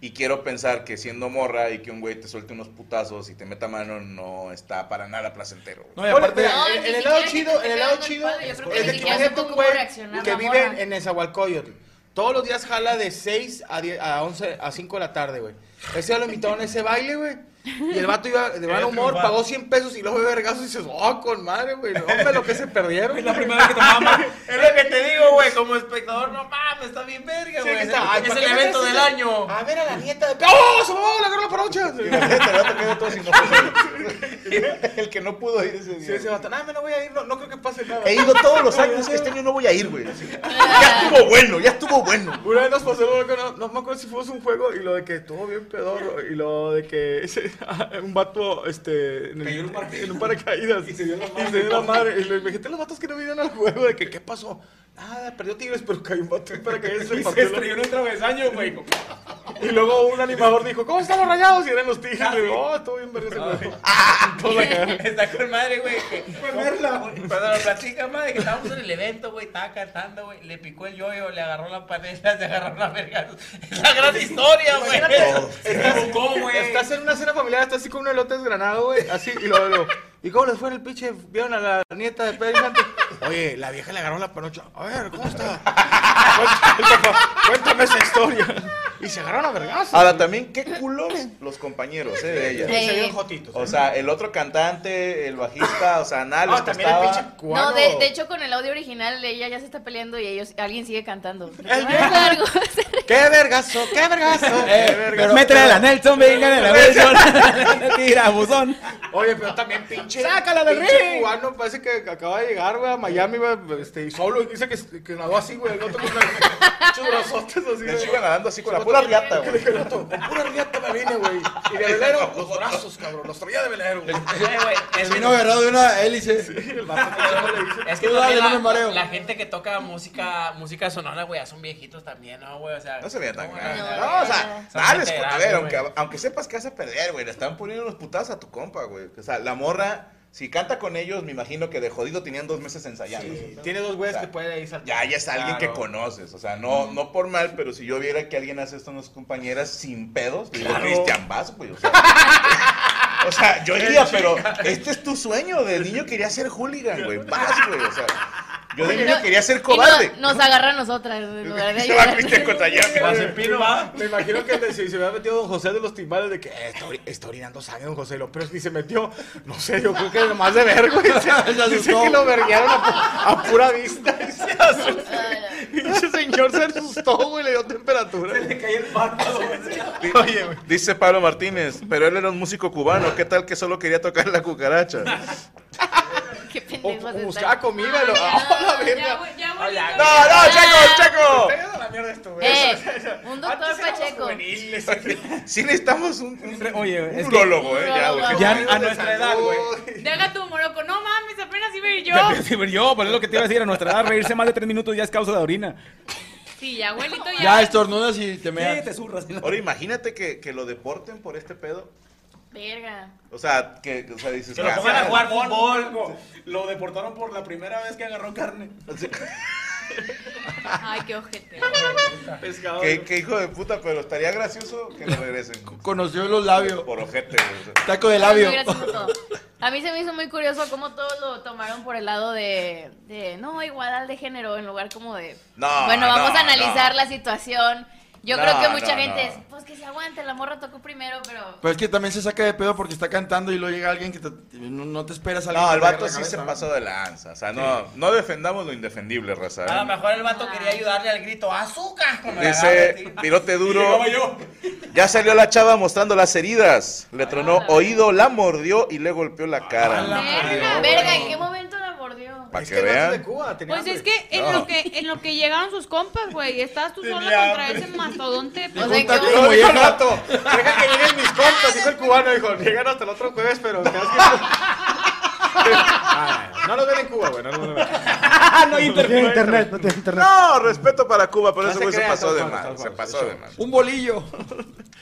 [SPEAKER 2] Y quiero pensar que siendo morra y que un güey te suelte unos putazos y te meta mano no está para nada placentero. güey. (laughs)
[SPEAKER 5] No, y aparte,
[SPEAKER 9] No,
[SPEAKER 5] el,
[SPEAKER 9] ni
[SPEAKER 5] el
[SPEAKER 9] siquiera
[SPEAKER 5] helado
[SPEAKER 9] que te
[SPEAKER 5] chido,
[SPEAKER 9] esté
[SPEAKER 5] el helado
[SPEAKER 9] pegando el
[SPEAKER 5] chido
[SPEAKER 9] palo, yo
[SPEAKER 5] es
[SPEAKER 9] creo
[SPEAKER 5] de
[SPEAKER 9] que ni
[SPEAKER 5] que
[SPEAKER 9] siquiera
[SPEAKER 5] imagínate
[SPEAKER 9] supo
[SPEAKER 5] un
[SPEAKER 9] cómo
[SPEAKER 5] güey
[SPEAKER 9] reaccionar
[SPEAKER 5] que
[SPEAKER 9] la
[SPEAKER 5] vive en,
[SPEAKER 9] morra.
[SPEAKER 5] en Nezahualcóyotl. Todos los días jala de 6 a, 10 a 11 a 5 de la tarde, güey. Ese día lo invitaron a ese baile, güey. Y el vato iba de mal humor, pagó 100 pesos y luego ve vergazos y dices, oh, con madre, güey. No, hombre, lo que se
[SPEAKER 2] (laughs)
[SPEAKER 5] perdieron.
[SPEAKER 11] Es la primera vez que tomaba más.
[SPEAKER 7] Es lo que te digo, güey, como espectador, no mames. mames, está bien verga,
[SPEAKER 5] Sí,
[SPEAKER 7] güey.
[SPEAKER 5] que
[SPEAKER 7] es
[SPEAKER 5] está- ay,
[SPEAKER 7] es
[SPEAKER 5] ¿para
[SPEAKER 7] el
[SPEAKER 5] qué me
[SPEAKER 7] evento
[SPEAKER 5] haces
[SPEAKER 7] del
[SPEAKER 5] eso?
[SPEAKER 7] año.
[SPEAKER 5] A ver a la nieta de. ¡Oh! ¡Se va a la garra parocha! (laughs)
[SPEAKER 2] El que no pudo ir ese día.
[SPEAKER 5] Sí, ese vato, "Nah, me no voy a ir, no, no creo que pase nada.
[SPEAKER 2] He ido todos los años, este año no voy a ir, güey. Así que, Ya estuvo bueno, ya estuvo bueno.
[SPEAKER 5] Una vez nos pasó lo que no, no me acuerdo si fuimos a un juego y lo de que estuvo bien pedorro y lo de que (laughs) ese- un vato este, en, el- en un paracaídas y se dio la madre. Y lo- imagínate los vatos que no vinieron al juego de que qué pasó. Nada, perdió Tigres, pero cayó un vato en paracaídas.
[SPEAKER 4] Y
[SPEAKER 5] (laughs)
[SPEAKER 4] se
[SPEAKER 5] partió la-
[SPEAKER 4] estrelló en el travesaño, güey.
[SPEAKER 5] Y luego un animador dijo, ¿cómo están los rayados? Y eran los Tigres. Y digo, oh, estuvo bien verga ese juego. Todos la cagaron.
[SPEAKER 7] Está con madre, güey. que- Cuando lo platica, madre, que estábamos en el evento, güey, estaba cantando, güey. Le picó el yoyo, le agarró la
[SPEAKER 11] (laughs)
[SPEAKER 7] panela, se agarró la verga. Es la gran historia, güey.
[SPEAKER 5] ¿Cómo, güey? Estás en una cena familiar, estás así con un elote desgranado, güey. Así, y luego, luego, ¿Y cómo les fue en el pinche? ¿Vieron a la nieta de Pedro Infante? Oye, la vieja le agarró la panocha. A ver, ¿cómo está? Cuéntame, cuéntame esa historia. Y se agarraron a vergas.
[SPEAKER 2] Ahora también, qué culos los compañeros, eh, de ella.
[SPEAKER 5] Sí, se vieron jotitos.
[SPEAKER 2] O sea, el otro cantante, el bajista, o sea, nada,
[SPEAKER 11] Ah,
[SPEAKER 2] les
[SPEAKER 5] Ah, también el
[SPEAKER 2] costaba.
[SPEAKER 5] pinche
[SPEAKER 9] No, de, de hecho con el audio original ella ya se está peleando y ellos alguien sigue cantando. (laughs)
[SPEAKER 5] ¡Qué vergazo! ¡Qué vergazo! Eh, ¡Qué vergazo!
[SPEAKER 10] Métele la Nelson, venga, la
[SPEAKER 3] (laughs)
[SPEAKER 10] Nelson. Tira, buzón.
[SPEAKER 5] Oye, pero también pinche.
[SPEAKER 10] ¡Sácala del
[SPEAKER 5] pinche
[SPEAKER 10] ring!
[SPEAKER 5] cubano parece que acaba de llegar, güey, a Miami, güey, este, y solo. Y dice que, que nadó así, güey, el otro con muchos brazotes así.
[SPEAKER 2] De
[SPEAKER 5] güey.
[SPEAKER 2] hecho, iba nadando así con la pura riata,
[SPEAKER 5] Que
[SPEAKER 2] güey.
[SPEAKER 5] le- que le- Con pura riata me vine, güey. (laughs) Y de velero, los brazos, cabrón. Los traía de velero, güey.
[SPEAKER 7] El
[SPEAKER 12] Vino agarrado de una hélice.
[SPEAKER 7] Es que
[SPEAKER 12] Tú dale, no
[SPEAKER 7] también la,
[SPEAKER 12] me mareo.
[SPEAKER 7] la gente que toca música, música sonora, güey, ya son viejitos también, ¿no, güey? O sea,
[SPEAKER 2] No se veía tan grande.
[SPEAKER 7] no,
[SPEAKER 2] No,
[SPEAKER 7] no,
[SPEAKER 2] o sea,
[SPEAKER 7] no.
[SPEAKER 2] dale,
[SPEAKER 7] Son gente
[SPEAKER 2] a
[SPEAKER 7] grande,
[SPEAKER 2] ver, aunque, aunque sepas que vas a perder, güey, le están poniendo unos putazos a tu compa, güey. O sea, la morra, si canta con ellos, me imagino que de jodido tenían dos meses ensayando.
[SPEAKER 5] Tiene dos güeyes
[SPEAKER 2] O sea,
[SPEAKER 5] que pueden ahí saltar.
[SPEAKER 2] Ya, ya es alguien que
[SPEAKER 5] Claro.
[SPEAKER 2] conoces, o sea, no, no por mal, pero si yo viera que alguien hace esto a unas compañeras sin pedos, digo,
[SPEAKER 5] Claro.
[SPEAKER 2] Cristian Vaz, güey, o sea. (laughs) O sea, yo iría, pero este es tu sueño, de niño quería ser hooligan, güey, vas, güey, o sea. Yo de
[SPEAKER 9] Oye,
[SPEAKER 2] niño
[SPEAKER 9] no-
[SPEAKER 2] quería ser
[SPEAKER 9] y no-
[SPEAKER 2] cobarde.
[SPEAKER 9] nos agarra a nosotras. en lugar
[SPEAKER 2] (laughs)
[SPEAKER 9] de
[SPEAKER 2] Se va
[SPEAKER 9] ayudar.
[SPEAKER 2] Cristian contra Jack.
[SPEAKER 5] Me imagino que le- si se hubiera metido Don José de los timbales de que eh, está, ori- está orinando sangre Don José, lo- pero ni se metió, no sé, yo creo que nomás de ver, güey. Se, dice que lo verguearon a, pu- a pura vista y se asustó. Ese señor se asustó, güey, le dio temperatura.
[SPEAKER 11] (laughs)
[SPEAKER 5] Se le cayó el párpado,
[SPEAKER 2] (laughs)
[SPEAKER 5] Oye, güey.
[SPEAKER 2] Dice Pablo Martínez, pero él era un músico cubano, ¿qué tal que solo quería tocar la cucaracha?
[SPEAKER 9] (laughs) Qué pendejos
[SPEAKER 5] o
[SPEAKER 9] están.
[SPEAKER 5] buscaba comida,
[SPEAKER 3] (laughs) oh,
[SPEAKER 5] lo-
[SPEAKER 9] pues,
[SPEAKER 5] (laughs)
[SPEAKER 9] Ay, ya,
[SPEAKER 5] ¡Ah, la verga!
[SPEAKER 9] güey, ya, güey, ya,
[SPEAKER 2] No, no, Checo, Checo.
[SPEAKER 5] la mierda esto, güey.
[SPEAKER 9] Eh, un doctor Pacheco.
[SPEAKER 2] Sí necesitamos un, un,
[SPEAKER 10] Oye,
[SPEAKER 2] un
[SPEAKER 10] es que-
[SPEAKER 2] urologo, ¿eh? Ya, güey.
[SPEAKER 10] Ya a nuestra edad, güey.
[SPEAKER 6] Deja tu moroco. No mames, apenas iba a ir yo.
[SPEAKER 10] Ya pienso, pero Yo, pues es lo que te iba a decir, a nuestra edad reírse más de tres minutos ya es causa de orina.
[SPEAKER 6] Sí, ya, abuelito, ya.
[SPEAKER 10] Ya estornudas y te
[SPEAKER 2] meas.
[SPEAKER 10] Sí, te zurras.
[SPEAKER 2] Ahora imagínate que, que lo deporten por este pedo.
[SPEAKER 9] Verga.
[SPEAKER 2] O sea, que o sea, dices...
[SPEAKER 4] Que lo
[SPEAKER 2] "Ah,
[SPEAKER 4] pongan a
[SPEAKER 2] sí".
[SPEAKER 4] jugar fútbol. Lo deportaron por la primera vez que agarró carne.
[SPEAKER 6] Ay, qué ojete.
[SPEAKER 4] Pescado.
[SPEAKER 2] Qué, qué hijo de puta, pero estaría gracioso que lo regresen.
[SPEAKER 12] Conoció los labios.
[SPEAKER 2] Por ojete, güey.
[SPEAKER 12] Taco de
[SPEAKER 9] Muy
[SPEAKER 12] labio.
[SPEAKER 9] gracioso todo. A mí se me hizo muy curioso cómo todos lo tomaron por el lado de, de, no, igualdad de género, en lugar como de,
[SPEAKER 2] No,
[SPEAKER 9] bueno, vamos
[SPEAKER 2] no,
[SPEAKER 9] a analizar
[SPEAKER 2] no.
[SPEAKER 9] la situación. Yo
[SPEAKER 12] No,
[SPEAKER 9] creo que mucha
[SPEAKER 12] no,
[SPEAKER 9] gente
[SPEAKER 12] no.
[SPEAKER 9] es, pues que se aguante, la morra tocó primero, pero...
[SPEAKER 12] Pero es que también se saca de pedo porque está cantando y luego llega alguien que te- no, no te esperas a alguien
[SPEAKER 2] No,
[SPEAKER 12] que
[SPEAKER 2] el
[SPEAKER 12] te agarre
[SPEAKER 2] vato
[SPEAKER 12] la
[SPEAKER 2] sí se
[SPEAKER 12] cabeza, ¿no?
[SPEAKER 2] pasó de lanza. O sea, no, no defendamos lo indefendible, raza. ¿eh?
[SPEAKER 7] A lo mejor el vato quería ayudarle al grito ¡Azúcar! Como le agarra,
[SPEAKER 2] Dice,
[SPEAKER 7] tío.
[SPEAKER 2] pirote
[SPEAKER 7] Y
[SPEAKER 2] duro.
[SPEAKER 7] llegaba yo.
[SPEAKER 2] Ya salió la chava mostrando las heridas. Le tronó oído, la mordió y le golpeó Ah, la cara.
[SPEAKER 9] Verga, ah, verga, ¿en qué momento la mordió?
[SPEAKER 2] Para
[SPEAKER 5] Es
[SPEAKER 2] que
[SPEAKER 5] que no es de
[SPEAKER 2] vean.
[SPEAKER 5] Cuba, tenía
[SPEAKER 6] Pues es
[SPEAKER 5] hambre.
[SPEAKER 6] que en,
[SPEAKER 2] No.
[SPEAKER 6] lo que en lo que llegaron sus compas, güey, estás tú sola
[SPEAKER 5] Tenía
[SPEAKER 6] contra
[SPEAKER 5] hambre.
[SPEAKER 6] ese mastodonte. pues,
[SPEAKER 5] O sea, que
[SPEAKER 12] como
[SPEAKER 5] como dijo el
[SPEAKER 12] vieja.
[SPEAKER 5] vato, deja que lleguen mis compas, dijo el cubano, dijo, llegan hasta el otro jueves, pero te das que- Ah, no los ven en Cuba, güey, no los ven en Cuba.
[SPEAKER 3] No tiene internet, no tiene internet.
[SPEAKER 2] No, respeto para Cuba, pero
[SPEAKER 5] No
[SPEAKER 2] ese
[SPEAKER 5] se
[SPEAKER 2] güey se
[SPEAKER 5] crean,
[SPEAKER 2] pasó
[SPEAKER 5] todos
[SPEAKER 2] de
[SPEAKER 5] son,
[SPEAKER 2] mal.
[SPEAKER 5] todos
[SPEAKER 2] Se
[SPEAKER 5] son,
[SPEAKER 2] pasó de mal.
[SPEAKER 12] Un bolillo.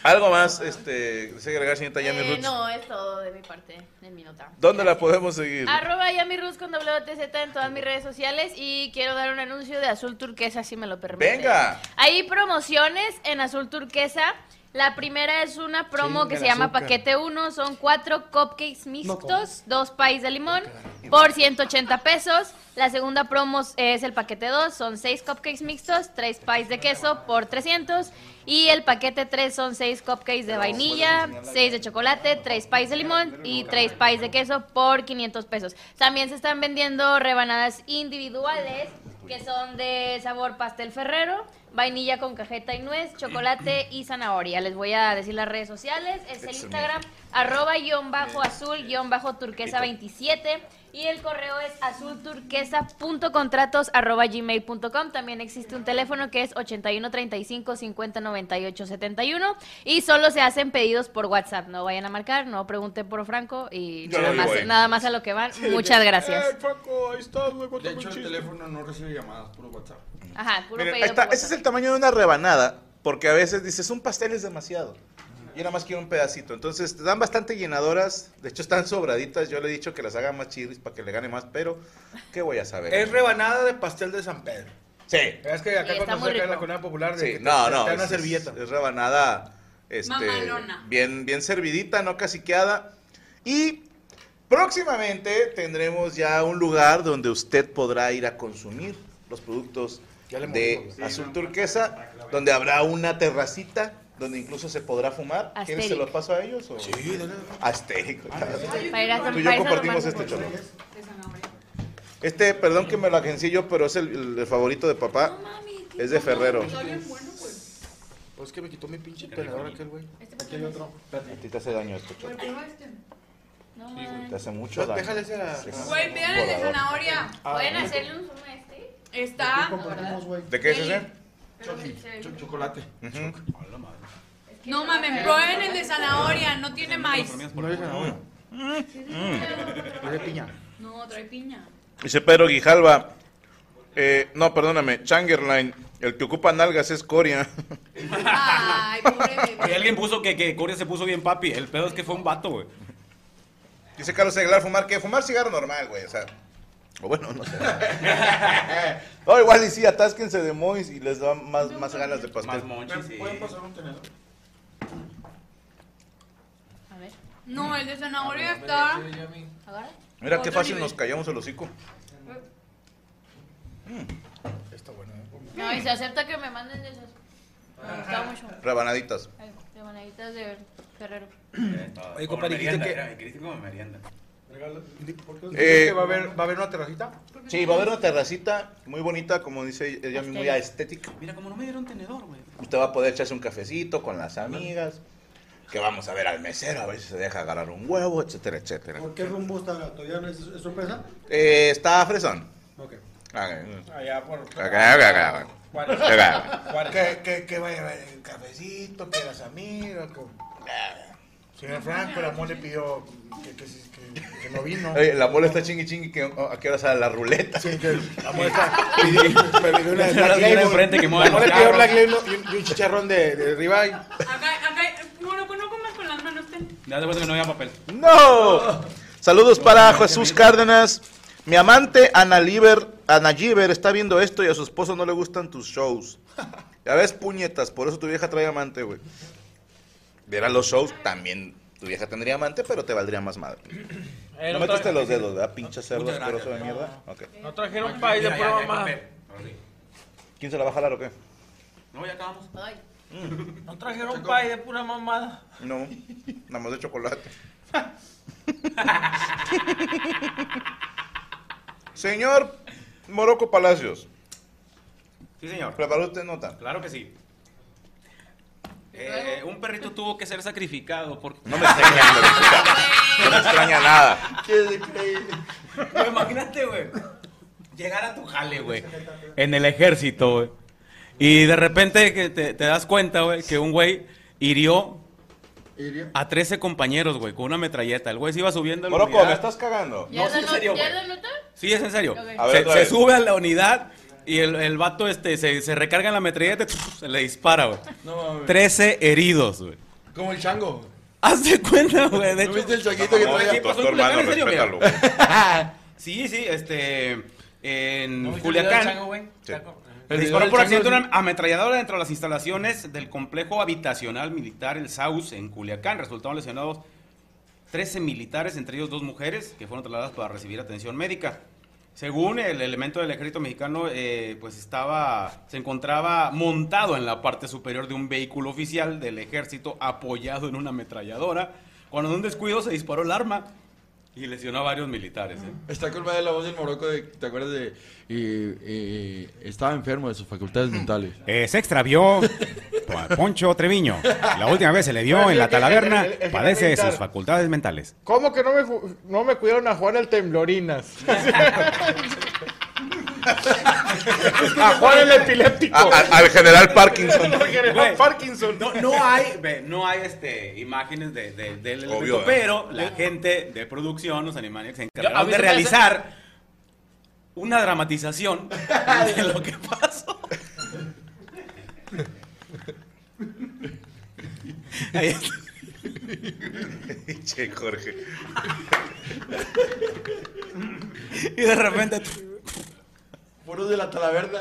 [SPEAKER 2] Algo más, este, se agregar, señorita Yami
[SPEAKER 9] Eh,
[SPEAKER 2] Roots.
[SPEAKER 9] no, es todo de mi parte, en mi nota.
[SPEAKER 2] ¿Dónde la podemos seguir?
[SPEAKER 9] Arroba yamirus con WTZ en todas mis redes sociales y quiero dar un anuncio de azul turquesa si me lo permiten.
[SPEAKER 2] Venga.
[SPEAKER 9] Hay promociones en azul turquesa. La primera es una promo
[SPEAKER 6] Chinga
[SPEAKER 9] que se
[SPEAKER 6] el
[SPEAKER 9] llama
[SPEAKER 6] azúcar.
[SPEAKER 9] Paquete 1. Son cuatro cupcakes mixtos, dos pais de limón por 180 pesos. La segunda promo es el paquete 2. Son seis cupcakes mixtos, tres pais de queso por 300. Y el paquete 3 son seis cupcakes de vainilla, seis de chocolate, tres pais de limón y tres pais de queso por 500 pesos. También se están vendiendo rebanadas individuales que son de sabor pastel ferrero, vainilla con cajeta y nuez, chocolate y zanahoria. Les voy a decir las redes sociales. Es el
[SPEAKER 6] Eso,
[SPEAKER 9] Instagram
[SPEAKER 6] mija.
[SPEAKER 9] arroba guión bajo azul guión bajo turquesa 27 y el correo es azulturquesa.contratos arroba gmail.com. También existe un teléfono que es 81 35 50 98 71 y solo se hacen pedidos por WhatsApp. No vayan a marcar, no pregunten por Franco y
[SPEAKER 12] Yo
[SPEAKER 9] nada
[SPEAKER 12] no digo,
[SPEAKER 9] más,
[SPEAKER 12] eh.
[SPEAKER 9] nada más a lo que van. Muchas gracias.
[SPEAKER 2] (laughs)
[SPEAKER 5] Eh,
[SPEAKER 12] De hecho, el teléfono no recibe llamadas, puro WhatsApp.
[SPEAKER 9] Ajá, puro
[SPEAKER 2] Miren, ahí
[SPEAKER 9] pedido
[SPEAKER 2] está,
[SPEAKER 9] por
[SPEAKER 2] ese es el tamaño de una rebanada, porque a veces dices, un pastel es demasiado. Yo nada más quiero un pedacito. Entonces, te dan bastante llenadoras. De hecho, están sobraditas. Yo le he dicho que las haga más chirris para que le gane más, pero ¿qué voy a saber?
[SPEAKER 5] Es rebanada de pastel de San Pedro.
[SPEAKER 2] Sí.
[SPEAKER 5] Es que acá
[SPEAKER 6] Y está
[SPEAKER 5] cuando
[SPEAKER 6] muy
[SPEAKER 5] se cae la
[SPEAKER 6] rico.
[SPEAKER 5] colonia popular de
[SPEAKER 2] Sí,
[SPEAKER 5] que
[SPEAKER 2] no,
[SPEAKER 5] te-
[SPEAKER 2] no.
[SPEAKER 5] te dan
[SPEAKER 2] Es,
[SPEAKER 5] una servilleta.
[SPEAKER 2] es- es rebanada este,
[SPEAKER 6] Mamalona.
[SPEAKER 2] bien, bien servidita, no caciqueada. Y próximamente tendremos ya un lugar donde usted podrá ir a consumir los productos de azul turquesa, donde habrá una terracita donde incluso se podrá fumar. ¿Quieres se
[SPEAKER 9] Asterix.
[SPEAKER 2] lo paso a ellos? O? Sí, Astérico.
[SPEAKER 5] Ah,
[SPEAKER 9] Para ir a-
[SPEAKER 2] Tú y
[SPEAKER 9] para
[SPEAKER 2] yo
[SPEAKER 9] ir a
[SPEAKER 2] compartimos
[SPEAKER 9] tomarnos
[SPEAKER 2] este
[SPEAKER 9] fotos.
[SPEAKER 2] chorro. Este, perdón que me lo agencié yo, pero es el, el favorito de papá. es de Ferrero.
[SPEAKER 5] Pues que me quitó mi pinche pelador aquel güey. Aquí hay otro.
[SPEAKER 2] A ti te hace daño este esto, chorro.
[SPEAKER 9] No
[SPEAKER 2] Te hace mucho daño.
[SPEAKER 5] Déjale ese a-
[SPEAKER 2] Sí.
[SPEAKER 6] Güey, vean el de zanahoria.
[SPEAKER 2] Ah,
[SPEAKER 9] ¿Pueden
[SPEAKER 2] bueno.
[SPEAKER 9] hacerle un zoom a este?
[SPEAKER 6] Está.
[SPEAKER 2] ¿De qué es
[SPEAKER 6] Deli.
[SPEAKER 2] ese?
[SPEAKER 12] Chocolate.
[SPEAKER 6] No mames, prueben el de zanahoria, no tiene maíz. Mm.
[SPEAKER 12] No dejan ahora.
[SPEAKER 5] Es de piña.
[SPEAKER 6] No, trae piña.
[SPEAKER 2] Dice Pedro Guijalva. eh, no, perdóname, Changerline. El que ocupa nalgas es Coria.
[SPEAKER 6] Ay, pobre
[SPEAKER 11] Oye,
[SPEAKER 6] bebé.
[SPEAKER 11] alguien puso que, que Corea se puso bien papi. El pedo es que fue un vato, güey.
[SPEAKER 2] (laughs) Dice Carlos Aguilar, ¿fumar qué? Fumar cigarro normal, güey, o sea. O bueno, no sé. no, igual y sí, atásquense de Mois y les da más, más ganas de pastel.
[SPEAKER 12] ¿Pueden pasar un tenedor?
[SPEAKER 9] A ver.
[SPEAKER 6] No, el de zanahoria está.
[SPEAKER 9] Agarra.
[SPEAKER 2] Mira qué
[SPEAKER 6] Otro
[SPEAKER 2] fácil
[SPEAKER 6] nivel.
[SPEAKER 2] nos callamos el hocico.
[SPEAKER 5] Está bueno, ¿eh?
[SPEAKER 9] No, y se acepta que me manden de esos. Me gustaba mucho.
[SPEAKER 2] Rebanaditas.
[SPEAKER 9] Ay, De manaditas de Ferrero.
[SPEAKER 5] Oye, compadre, dijiste
[SPEAKER 11] Eh, merienda,
[SPEAKER 5] que-
[SPEAKER 11] era, dijiste como merienda.
[SPEAKER 2] Eh,
[SPEAKER 5] que
[SPEAKER 3] Eh,
[SPEAKER 5] va a haber, va a haber una terracita?
[SPEAKER 2] Sí, va a haber una terracita muy bonita, como dice ella, muy
[SPEAKER 11] Pastel.
[SPEAKER 2] estética.
[SPEAKER 11] Mira, como no me dieron tenedor, güey.
[SPEAKER 2] Usted va a poder echarse un cafecito con las amigas. Que vamos a ver al mesero, a ver si se deja agarrar un huevo, etcétera, etcétera.
[SPEAKER 3] ¿Por qué rumbo está? ¿Todavía no es, es sorpresa?
[SPEAKER 2] Eh, está fresón. Ah,
[SPEAKER 3] Ok.
[SPEAKER 2] Ok.
[SPEAKER 5] Allá por.
[SPEAKER 2] Acá, acá, acá, acá.
[SPEAKER 5] Juárez.
[SPEAKER 2] Acá.
[SPEAKER 5] Juárez. Que, que, que vaya a haber un cafecito, que las amigas. Con... Señor Franco, el amor le pidió que, que, que, que no vino.
[SPEAKER 2] Oye, la bola está chingui chingui, que, oh, ¿a qué hora sale la ruleta? Sí,
[SPEAKER 5] que la bola está... Pero una de Black Label.
[SPEAKER 2] mueve
[SPEAKER 5] La mole pidió Black Label y un- y un chicharrón de, de ribeye.
[SPEAKER 6] Acá, acá. Bueno, pues no comas con las manos, ten.
[SPEAKER 11] Ya te cuenta que no había papel.
[SPEAKER 2] ¡No! Saludos para Jesús Cárdenas. Mi amante Ana Liber, Ana Giver está viendo esto y a su esposo no le gustan tus shows. Ya ves, puñetas, por eso tu vieja trae amante, güey. Viera los shows, también tu vieja tendría amante, pero te valdría más madre.
[SPEAKER 4] Eh,
[SPEAKER 2] No
[SPEAKER 4] no
[SPEAKER 2] metiste
[SPEAKER 4] traje-
[SPEAKER 2] los dedos, ¿verdad? Pinche cerdo
[SPEAKER 4] Muchas
[SPEAKER 2] asqueroso de
[SPEAKER 4] gracias.
[SPEAKER 2] mierda. Ok.
[SPEAKER 4] No trajeron país de
[SPEAKER 11] Mira, ya,
[SPEAKER 4] prueba
[SPEAKER 11] ya,
[SPEAKER 4] más.
[SPEAKER 11] papel.
[SPEAKER 2] ¿Quién se la va a jalar o qué?
[SPEAKER 11] No, ya acabamos.
[SPEAKER 9] Ay.
[SPEAKER 4] No trajeron país de pura mamada.
[SPEAKER 2] No, nada más
[SPEAKER 4] (laughs)
[SPEAKER 2] de chocolate. Señor Moroco Palacios,
[SPEAKER 11] Sí, señor.
[SPEAKER 2] ¿preparó usted nota?
[SPEAKER 11] Claro que sí. Eh, un perrito tuvo que ser sacrificado porque...
[SPEAKER 2] No me extraña, no me extraña nada.
[SPEAKER 11] (laughs) Güey, imagínate, güey. Llegar a tu jale, güey. En el ejército, güey. Y de repente que te, te das cuenta, güey, que un güey hirió a 13 compañeros, güey, con una metralleta. El güey se iba subiendo a la
[SPEAKER 2] Moroco,
[SPEAKER 11] unidad.
[SPEAKER 2] pues, ¿me estás
[SPEAKER 9] (laughs)
[SPEAKER 2] cagando?
[SPEAKER 9] ¿Ya,
[SPEAKER 11] No,
[SPEAKER 9] es
[SPEAKER 11] sí,
[SPEAKER 9] la
[SPEAKER 11] en
[SPEAKER 9] no-
[SPEAKER 11] serio,
[SPEAKER 9] ¿Ya
[SPEAKER 11] güey.
[SPEAKER 9] es la nota?
[SPEAKER 11] Sí, es en serio.
[SPEAKER 9] Ok.
[SPEAKER 2] A ver,
[SPEAKER 11] se,
[SPEAKER 2] otra
[SPEAKER 11] se
[SPEAKER 2] vez.
[SPEAKER 11] sube a la unidad y el, el vato este, se, se recarga en la metralleta y (laughs) se le dispara, güey.
[SPEAKER 12] No mames.
[SPEAKER 11] 13 heridos, güey.
[SPEAKER 12] Como el chango.
[SPEAKER 11] Haz de cuenta, güey. De
[SPEAKER 12] ¿No
[SPEAKER 11] hecho,
[SPEAKER 12] viste el changuito que
[SPEAKER 11] No,
[SPEAKER 12] traía?
[SPEAKER 11] sí, pasó en
[SPEAKER 2] Tu
[SPEAKER 11] Culiacán,
[SPEAKER 2] hermano,
[SPEAKER 11] en serio, mira.
[SPEAKER 2] respétalo.
[SPEAKER 11] (laughs) Sí, sí, este. En
[SPEAKER 4] ¿No viste el video del
[SPEAKER 11] Culiacán.
[SPEAKER 4] chango, güey? Chaco.
[SPEAKER 11] El disparó por accidente una ametralladora dentro de las instalaciones del complejo habitacional militar El Saus en Culiacán. Resultaron lesionados 13 militares, entre ellos dos mujeres, que fueron trasladadas para recibir atención médica. Según el elemento del ejército mexicano, eh, pues estaba, se encontraba montado en la parte superior de un vehículo oficial del ejército apoyado en una ametralladora, cuando en un descuido se disparó el arma Y lesionó a varios militares. ¿eh?
[SPEAKER 12] Está colmada la voz del Morocco de, ¿te acuerdas de? eh, eh, estaba enfermo de sus facultades mentales.
[SPEAKER 13] Eh, se extravió a Poncho Treviño. La última vez se le vio en la talaverna. Padece de sus facultades mentales.
[SPEAKER 5] ¿Cómo que no me, fu- no me cuidaron a Juan el Temblorinas? a Juan el Epiléptico.
[SPEAKER 2] Ah,
[SPEAKER 5] (laughs)
[SPEAKER 2] A- a- al general Parkinson. (laughs)
[SPEAKER 5] Al general
[SPEAKER 11] Güey,
[SPEAKER 5] Parkinson.
[SPEAKER 11] No, no hay, ve, no hay este, imágenes de, de- del elemento,
[SPEAKER 2] Obvio, ¿eh?
[SPEAKER 11] pero la gente de producción, los animaniacs, se
[SPEAKER 7] Yo- a
[SPEAKER 11] encargaron
[SPEAKER 7] mí
[SPEAKER 11] de
[SPEAKER 7] se me hace-
[SPEAKER 11] realizar una dramatización (laughs) de lo que
[SPEAKER 7] (laughs)
[SPEAKER 11] pasó. Ahí está.
[SPEAKER 2] che, Jorge.
[SPEAKER 11] Y de repente.
[SPEAKER 12] Puros de la (laughs) talaverna.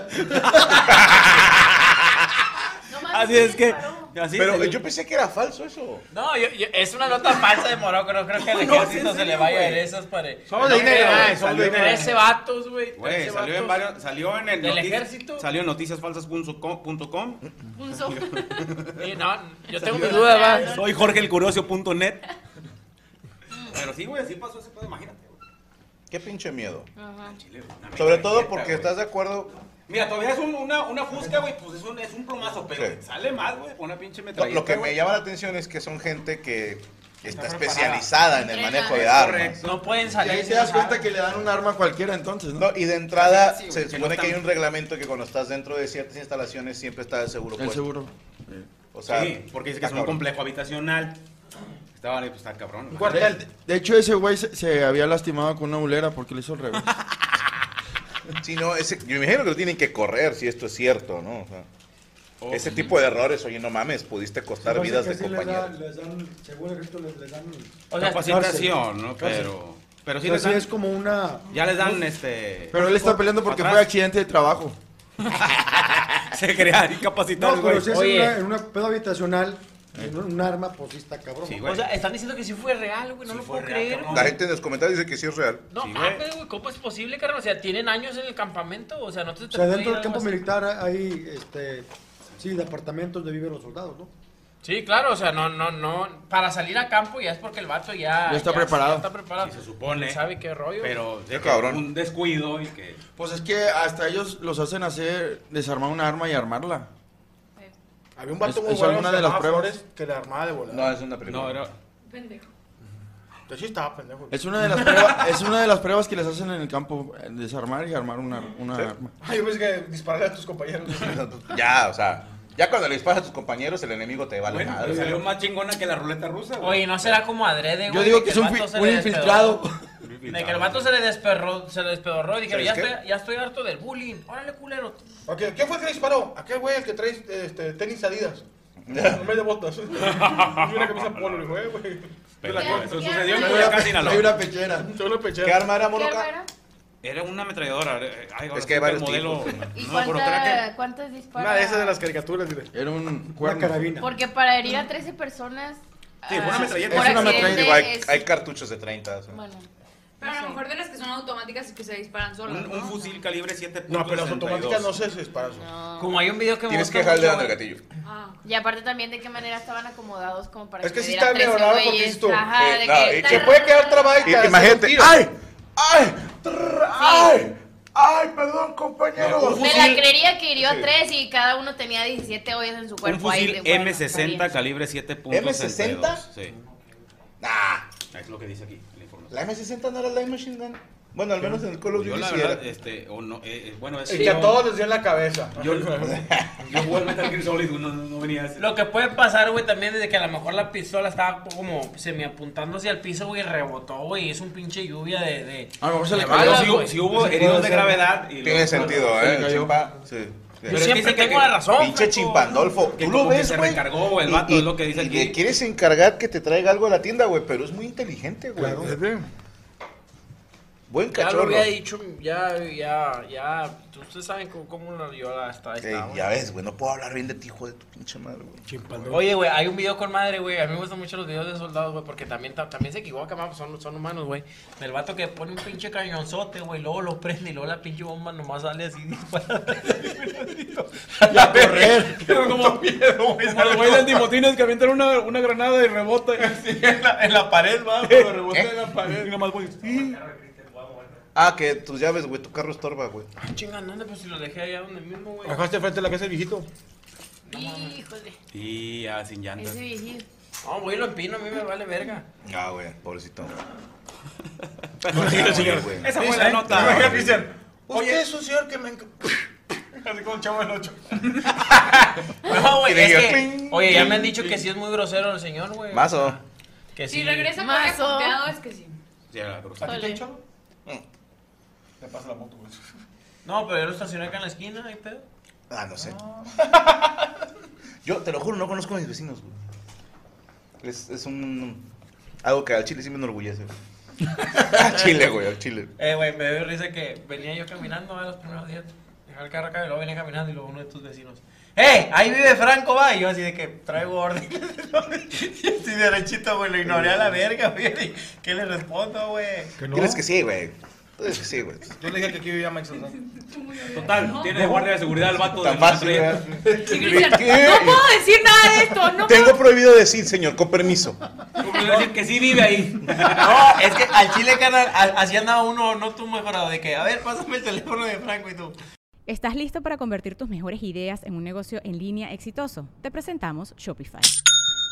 [SPEAKER 11] Así es que. así
[SPEAKER 2] Pero
[SPEAKER 11] se-
[SPEAKER 2] yo pensé que era falso eso.
[SPEAKER 7] No, yo- yo- es una nota falsa de Morocco. (laughs) No creo que al
[SPEAKER 2] No, sí,
[SPEAKER 7] ejército
[SPEAKER 2] en
[SPEAKER 7] se le
[SPEAKER 2] serio,
[SPEAKER 7] vaya
[SPEAKER 2] güey.
[SPEAKER 7] de esas paredes.
[SPEAKER 11] Somos de dinero, güey, somos de dinero.
[SPEAKER 7] 13 vatos, güey.
[SPEAKER 11] Güey,
[SPEAKER 7] 13
[SPEAKER 11] salió en
[SPEAKER 7] vatos.
[SPEAKER 11] varios. Salió en el.
[SPEAKER 7] ¿Del
[SPEAKER 11] noti-
[SPEAKER 7] ejército?
[SPEAKER 11] Salió en
[SPEAKER 2] (laughs)
[SPEAKER 11] noticiasfalsas.com.
[SPEAKER 6] Un so-
[SPEAKER 7] Sí, no, yo tengo mis dudas, va.
[SPEAKER 11] Soy jorgeelcurioso.net. Pero sí, güey, así pasó ese pedo, imagínate. güey.
[SPEAKER 2] Qué pinche miedo.
[SPEAKER 6] Ajá.
[SPEAKER 2] Sobre todo porque estás de acuerdo.
[SPEAKER 11] Mira, todavía es un- una, una fusca, güey, pues es un, es un plomazo, pero
[SPEAKER 2] Sí.
[SPEAKER 11] sale más, güey, con una pinche
[SPEAKER 2] No,
[SPEAKER 11] metralleta.
[SPEAKER 2] lo que me
[SPEAKER 11] güey.
[SPEAKER 2] llama la atención es que son gente que está
[SPEAKER 11] preparada.
[SPEAKER 2] especializada en el
[SPEAKER 11] Entrena.
[SPEAKER 2] manejo de
[SPEAKER 11] Es
[SPEAKER 2] armas.
[SPEAKER 12] correcto.
[SPEAKER 7] No pueden
[SPEAKER 12] Y ahí
[SPEAKER 7] salir.
[SPEAKER 12] te das cuenta que le dan un arma a cualquiera entonces, ¿no?
[SPEAKER 2] No, y de entrada
[SPEAKER 12] Sí, sí,
[SPEAKER 2] se
[SPEAKER 12] güey, que no
[SPEAKER 2] supone que hay
[SPEAKER 12] están-
[SPEAKER 2] un reglamento que cuando estás dentro de ciertas instalaciones siempre está el seguro
[SPEAKER 12] El
[SPEAKER 2] puesto.
[SPEAKER 12] seguro.
[SPEAKER 2] O sea,
[SPEAKER 11] sí, porque dice que
[SPEAKER 2] está
[SPEAKER 11] es un
[SPEAKER 2] cabrón.
[SPEAKER 11] complejo habitacional. Estaba, pues está cabrón. güey.
[SPEAKER 12] De, de hecho, ese güey se, se había lastimado con una bulera porque le hizo el revés.
[SPEAKER 2] Sí, no, ese- yo me imagino que lo tienen que correr si esto es cierto, ¿no? O sea,
[SPEAKER 12] Oh,
[SPEAKER 2] ese tipo de errores, oye, no mames, pudiste costar vidas de compañeros.
[SPEAKER 3] Les dan, según el ejército, les, les dan.
[SPEAKER 11] O sea, capacitación, ¿no?
[SPEAKER 3] Cárcel.
[SPEAKER 11] Pero. Pero sí
[SPEAKER 3] O sea,
[SPEAKER 11] les dan.
[SPEAKER 3] es como una.
[SPEAKER 11] Ya les dan este.
[SPEAKER 12] Pero él está peleando porque fue accidente de trabajo.
[SPEAKER 11] (laughs) Se crea incapacitado,
[SPEAKER 3] No,
[SPEAKER 11] güey.
[SPEAKER 3] pero si es en
[SPEAKER 11] Oye.
[SPEAKER 3] una, en una pedo habitacional, en un, un arma, pues sí está cabrón.
[SPEAKER 11] Sí,
[SPEAKER 7] O sea, están diciendo que sí fue real, güey. No lo puedo creer, güey.
[SPEAKER 2] La gente en los comentarios dice que sí es real.
[SPEAKER 7] No mames, güey. ¿Cómo es posible, carnal? O sea, tienen años en el campamento. O sea, no te
[SPEAKER 3] O sea,
[SPEAKER 7] puede
[SPEAKER 3] dentro
[SPEAKER 7] ir
[SPEAKER 3] del campo
[SPEAKER 7] algo así.
[SPEAKER 3] militar hay, este, sí, departamentos donde viven los soldados, ¿no?
[SPEAKER 7] Sí, claro, o sea, no, no, no. Para salir a campo ya es porque el vato ya.
[SPEAKER 12] Ya está preparado.
[SPEAKER 7] está preparado.
[SPEAKER 11] Se supone.
[SPEAKER 7] ¿Sabe qué rollo?
[SPEAKER 11] Pero de que
[SPEAKER 12] cabrón.
[SPEAKER 11] un descuido y que.
[SPEAKER 12] Pues es que hasta ellos los hacen hacer desarmar un arma y armarla.
[SPEAKER 5] Había un vato
[SPEAKER 12] ¿Es-
[SPEAKER 5] muy
[SPEAKER 12] es
[SPEAKER 5] bueno
[SPEAKER 12] alguna
[SPEAKER 5] que
[SPEAKER 12] de las
[SPEAKER 5] llamaba
[SPEAKER 12] pruebas?
[SPEAKER 5] Flores, que le armaba de volar.
[SPEAKER 2] No, es una película. (laughs)
[SPEAKER 11] No, era.
[SPEAKER 6] Pendejo.
[SPEAKER 5] Yo sí estaba pendejo.
[SPEAKER 12] Es una de las
[SPEAKER 5] (laughs)
[SPEAKER 12] pruebas, es una de las pruebas que les hacen en el campo, eh, desarmar y armar una, una arma.
[SPEAKER 5] Ay, yo pensé que dispararle a tus compañeros. (laughs)
[SPEAKER 2] Pues, Ya, o sea, ya cuando le disparas a tus compañeros, el enemigo te vale
[SPEAKER 11] Bueno,
[SPEAKER 2] madre.
[SPEAKER 11] pero salió más chingona que la ruleta rusa, güey.
[SPEAKER 7] Oye, ¿no será como adrede, güey?
[SPEAKER 12] Yo digo
[SPEAKER 7] de
[SPEAKER 12] que es un,
[SPEAKER 7] el
[SPEAKER 12] fi-
[SPEAKER 7] vato se
[SPEAKER 12] un
[SPEAKER 7] le
[SPEAKER 12] infiltrado.
[SPEAKER 7] despedorró? De que el vato se le desperró, se le despedorró y dijeron, ya
[SPEAKER 2] ¿Sabes qué?
[SPEAKER 7] estoy, ya estoy harto del bullying. Órale, culero.
[SPEAKER 5] Ok, ¿Quién fue el que le disparó? Aquel güey el que trae este, tenis adidas. En medio de botas. (laughs) Y una camisa polo, le digo, eh, güey.
[SPEAKER 11] Pero
[SPEAKER 5] Yo la
[SPEAKER 11] eso
[SPEAKER 5] compro.
[SPEAKER 11] sucedió en
[SPEAKER 12] Hay
[SPEAKER 11] Culiacán,
[SPEAKER 12] una,
[SPEAKER 11] Sinaloa.
[SPEAKER 12] hay una pechera.
[SPEAKER 5] Yo la pechera.
[SPEAKER 2] ¿Qué arma era,
[SPEAKER 9] ¿Qué
[SPEAKER 2] Moroca?
[SPEAKER 9] era?
[SPEAKER 11] Era una ametralladora. eh, ay, ahora
[SPEAKER 2] Es
[SPEAKER 11] sí
[SPEAKER 2] que hay
[SPEAKER 11] el
[SPEAKER 2] varios
[SPEAKER 11] modelo.
[SPEAKER 9] ¿Y
[SPEAKER 11] no me acuerdo,
[SPEAKER 9] cuánta-
[SPEAKER 11] creo
[SPEAKER 9] cuántas disparas?
[SPEAKER 5] Una de esas de las caricaturas, dile.
[SPEAKER 12] Era un
[SPEAKER 3] Una
[SPEAKER 12] cuerno.
[SPEAKER 3] carabina.
[SPEAKER 9] Porque para herir a 13 personas.
[SPEAKER 11] Sí, fue una
[SPEAKER 9] ah,
[SPEAKER 11] metralleta.
[SPEAKER 9] por
[SPEAKER 12] Es una
[SPEAKER 9] accidente,
[SPEAKER 12] metralleta.
[SPEAKER 2] Digo, hay,
[SPEAKER 9] es-
[SPEAKER 2] hay cartuchos de 30. o sea.
[SPEAKER 9] Bueno,
[SPEAKER 6] Pero a lo mejor de las que son automáticas y que se disparan
[SPEAKER 11] que-
[SPEAKER 6] solas.
[SPEAKER 11] Un, un fusil calibre 7.62.
[SPEAKER 5] No, pero las automáticas no sé si disparan.
[SPEAKER 7] Como hay un video que me
[SPEAKER 2] Tienes
[SPEAKER 7] gusta
[SPEAKER 2] que dejar el
[SPEAKER 7] mucho,
[SPEAKER 2] dedo en el
[SPEAKER 7] güey.
[SPEAKER 2] gatillo.
[SPEAKER 6] Ah.
[SPEAKER 9] y aparte también de qué manera estaban acomodados como para
[SPEAKER 5] Es que
[SPEAKER 9] le
[SPEAKER 5] sí
[SPEAKER 9] dieran
[SPEAKER 5] está
[SPEAKER 9] 13
[SPEAKER 5] violado porque
[SPEAKER 9] güeyes.
[SPEAKER 5] dices tú,
[SPEAKER 9] Ajá,
[SPEAKER 2] eh,
[SPEAKER 9] de
[SPEAKER 2] no,
[SPEAKER 9] que
[SPEAKER 2] y
[SPEAKER 9] tan-
[SPEAKER 5] Se puede quedar trabada y
[SPEAKER 2] Y-
[SPEAKER 5] te hacen un
[SPEAKER 2] Imagínate,
[SPEAKER 5] tiro.
[SPEAKER 2] ¡ay! ¡ay! Trrr, ¡ay! ¡ay! Perdón,
[SPEAKER 12] pues,
[SPEAKER 2] compañero.
[SPEAKER 11] No, un
[SPEAKER 9] Me
[SPEAKER 11] fusil-
[SPEAKER 9] la creería que hirió
[SPEAKER 2] Sí.
[SPEAKER 9] a tres y cada uno tenía 17 hoyos en su
[SPEAKER 11] Un
[SPEAKER 9] cuerpo. ahí
[SPEAKER 11] fusil
[SPEAKER 9] de- bueno, está
[SPEAKER 11] M60
[SPEAKER 9] bien.
[SPEAKER 11] calibre
[SPEAKER 2] ¿M60?
[SPEAKER 11] 7.62. Sí.
[SPEAKER 2] Nah,
[SPEAKER 11] Es lo que dice aquí la información.
[SPEAKER 2] la M60 no era la M-Machine Gun. Bueno, al menos en el Call of
[SPEAKER 11] Yo
[SPEAKER 2] Duty
[SPEAKER 11] la
[SPEAKER 2] sí era.
[SPEAKER 11] verdad, este, o no, eh, eh, bueno, es
[SPEAKER 5] Y que a todos les dio en la cabeza.
[SPEAKER 11] Yo, yo jugué al Metal Gear Solid, no, no, no venía así.
[SPEAKER 7] Lo que puede pasar, güey, también es de que a lo mejor la pistola estaba como semiapuntando hacia el piso, güey, y rebotó, güey, y hizo un pinche lluvia de... de
[SPEAKER 12] A lo mejor Ah, se le
[SPEAKER 7] de
[SPEAKER 12] cayó.
[SPEAKER 7] balas,
[SPEAKER 11] Ah, si,
[SPEAKER 7] güey.
[SPEAKER 11] si hubo heridos de
[SPEAKER 12] ser.
[SPEAKER 11] gravedad. Y
[SPEAKER 2] Tiene
[SPEAKER 11] los-
[SPEAKER 2] sentido,
[SPEAKER 12] se le
[SPEAKER 2] ¿eh?
[SPEAKER 12] cayó.
[SPEAKER 2] Chimpa, sí.
[SPEAKER 7] Yo
[SPEAKER 11] Pero es que
[SPEAKER 7] siempre
[SPEAKER 11] dicen que-
[SPEAKER 7] tengo la razón.
[SPEAKER 2] Pinche
[SPEAKER 7] Franco.
[SPEAKER 2] chimpandolfo.
[SPEAKER 11] Que
[SPEAKER 2] ¿Tú
[SPEAKER 11] como
[SPEAKER 2] lo
[SPEAKER 11] que
[SPEAKER 2] ves,
[SPEAKER 11] se
[SPEAKER 2] güey?
[SPEAKER 11] recargó, güey, el vato, es lo que dice
[SPEAKER 2] y
[SPEAKER 11] aquí.
[SPEAKER 2] le quieres encargar que te traiga algo a la tienda, güey, pero es muy inteligente, güey.
[SPEAKER 3] Claro.
[SPEAKER 2] Es de- Buen
[SPEAKER 7] Ya lo
[SPEAKER 2] cachorro.
[SPEAKER 7] había dicho, ya, ya, ya. Ustedes saben cómo, cómo lo dio hasta
[SPEAKER 2] Ey,
[SPEAKER 7] esta.
[SPEAKER 2] ya ves, güey, no puedo hablar bien de ti, hijo de tu pinche madre, güey.
[SPEAKER 7] Oye, güey, hay un video con madre, güey. A mí me gustan mucho los videos de soldados, güey, porque también, ta- también se equivoca, ma, pues son, son humanos, güey. El vato que pone un pinche cañonzote, güey, luego lo prende y luego la pinche bomba nomás sale así (laughs) disparada.
[SPEAKER 11] A
[SPEAKER 7] (laughs)
[SPEAKER 11] correr. Pero como, como los güeyes antimotines que avientan una, una granada y
[SPEAKER 7] (laughs)
[SPEAKER 11] rebota. ¿Eh? en, la, pared, va, pero rebota en la pared. Y nomás, güey. sí.
[SPEAKER 2] Ah, que tus llaves, güey, tu carro estorba, güey.
[SPEAKER 7] Chinga, ¿dónde? Pues si lo dejé allá donde mismo, güey.
[SPEAKER 5] Bajaste frente a la casa del viejito.
[SPEAKER 9] Híjole,
[SPEAKER 11] Y ya, sin llantas.
[SPEAKER 9] ese viejito.
[SPEAKER 7] No, güey, lo empino, a mí me vale verga.
[SPEAKER 2] Ah, güey, pobrecito.
[SPEAKER 11] Esa fue la
[SPEAKER 7] (laughs)
[SPEAKER 11] nota.
[SPEAKER 2] Pues,
[SPEAKER 7] Usted es un señor que me
[SPEAKER 5] Así como el chavo del 8.
[SPEAKER 7] No, güey,
[SPEAKER 2] Y le
[SPEAKER 7] es
[SPEAKER 2] digo,
[SPEAKER 7] que,
[SPEAKER 2] "Cling,
[SPEAKER 7] oye, ya me han
[SPEAKER 2] cling,
[SPEAKER 7] dicho que sí es muy grosero el señor, güey.
[SPEAKER 2] Mazo.
[SPEAKER 7] Que sí.
[SPEAKER 6] Si regresa con el
[SPEAKER 9] Mazo.
[SPEAKER 6] puteado es que sí.
[SPEAKER 7] Ole.
[SPEAKER 5] Te pasa la moto, güey.
[SPEAKER 7] No, pero yo lo estacioné acá en la esquina, ahí pedo.
[SPEAKER 2] Ah, no sé. (laughs) Yo te lo juro, no conozco a mis vecinos, güey. Es, es un. Algo que al chile sí me enorgullece, güey. (laughs) Al chile, güey, al chile.
[SPEAKER 7] Eh, güey, me dio risa que venía yo caminando a los primeros días. Dejaba el carro acá y luego venía caminando y luego uno de tus vecinos. ¡Eh! Ahí vive Franco, va. Y yo así de que traigo orden. (laughs) y así derechito, güey, lo ignoré a la verga, güey. ¿Qué le respondo, güey?
[SPEAKER 2] Diles que sí, güey. Diles que sí, güey.
[SPEAKER 5] Yo le dije que aquí vivía Mike Sosa.
[SPEAKER 11] Total, tiene de guardia de seguridad el vato
[SPEAKER 2] Tan
[SPEAKER 11] de
[SPEAKER 2] fácil,
[SPEAKER 11] la
[SPEAKER 2] ¿verdad?
[SPEAKER 9] Y Cristian, no puedo decir nada de esto, no puedo.
[SPEAKER 2] Tengo prohibido decir, señor, con permiso.
[SPEAKER 11] decir que sí vive ahí.
[SPEAKER 7] (laughs) No, es que al chile, canal, así andaba uno, no tú mejorado, de que, a ver, pásame el teléfono de Franco y tú.
[SPEAKER 14] ¿Estás listo para convertir tus mejores ideas en un negocio en línea exitoso? Te presentamos Shopify.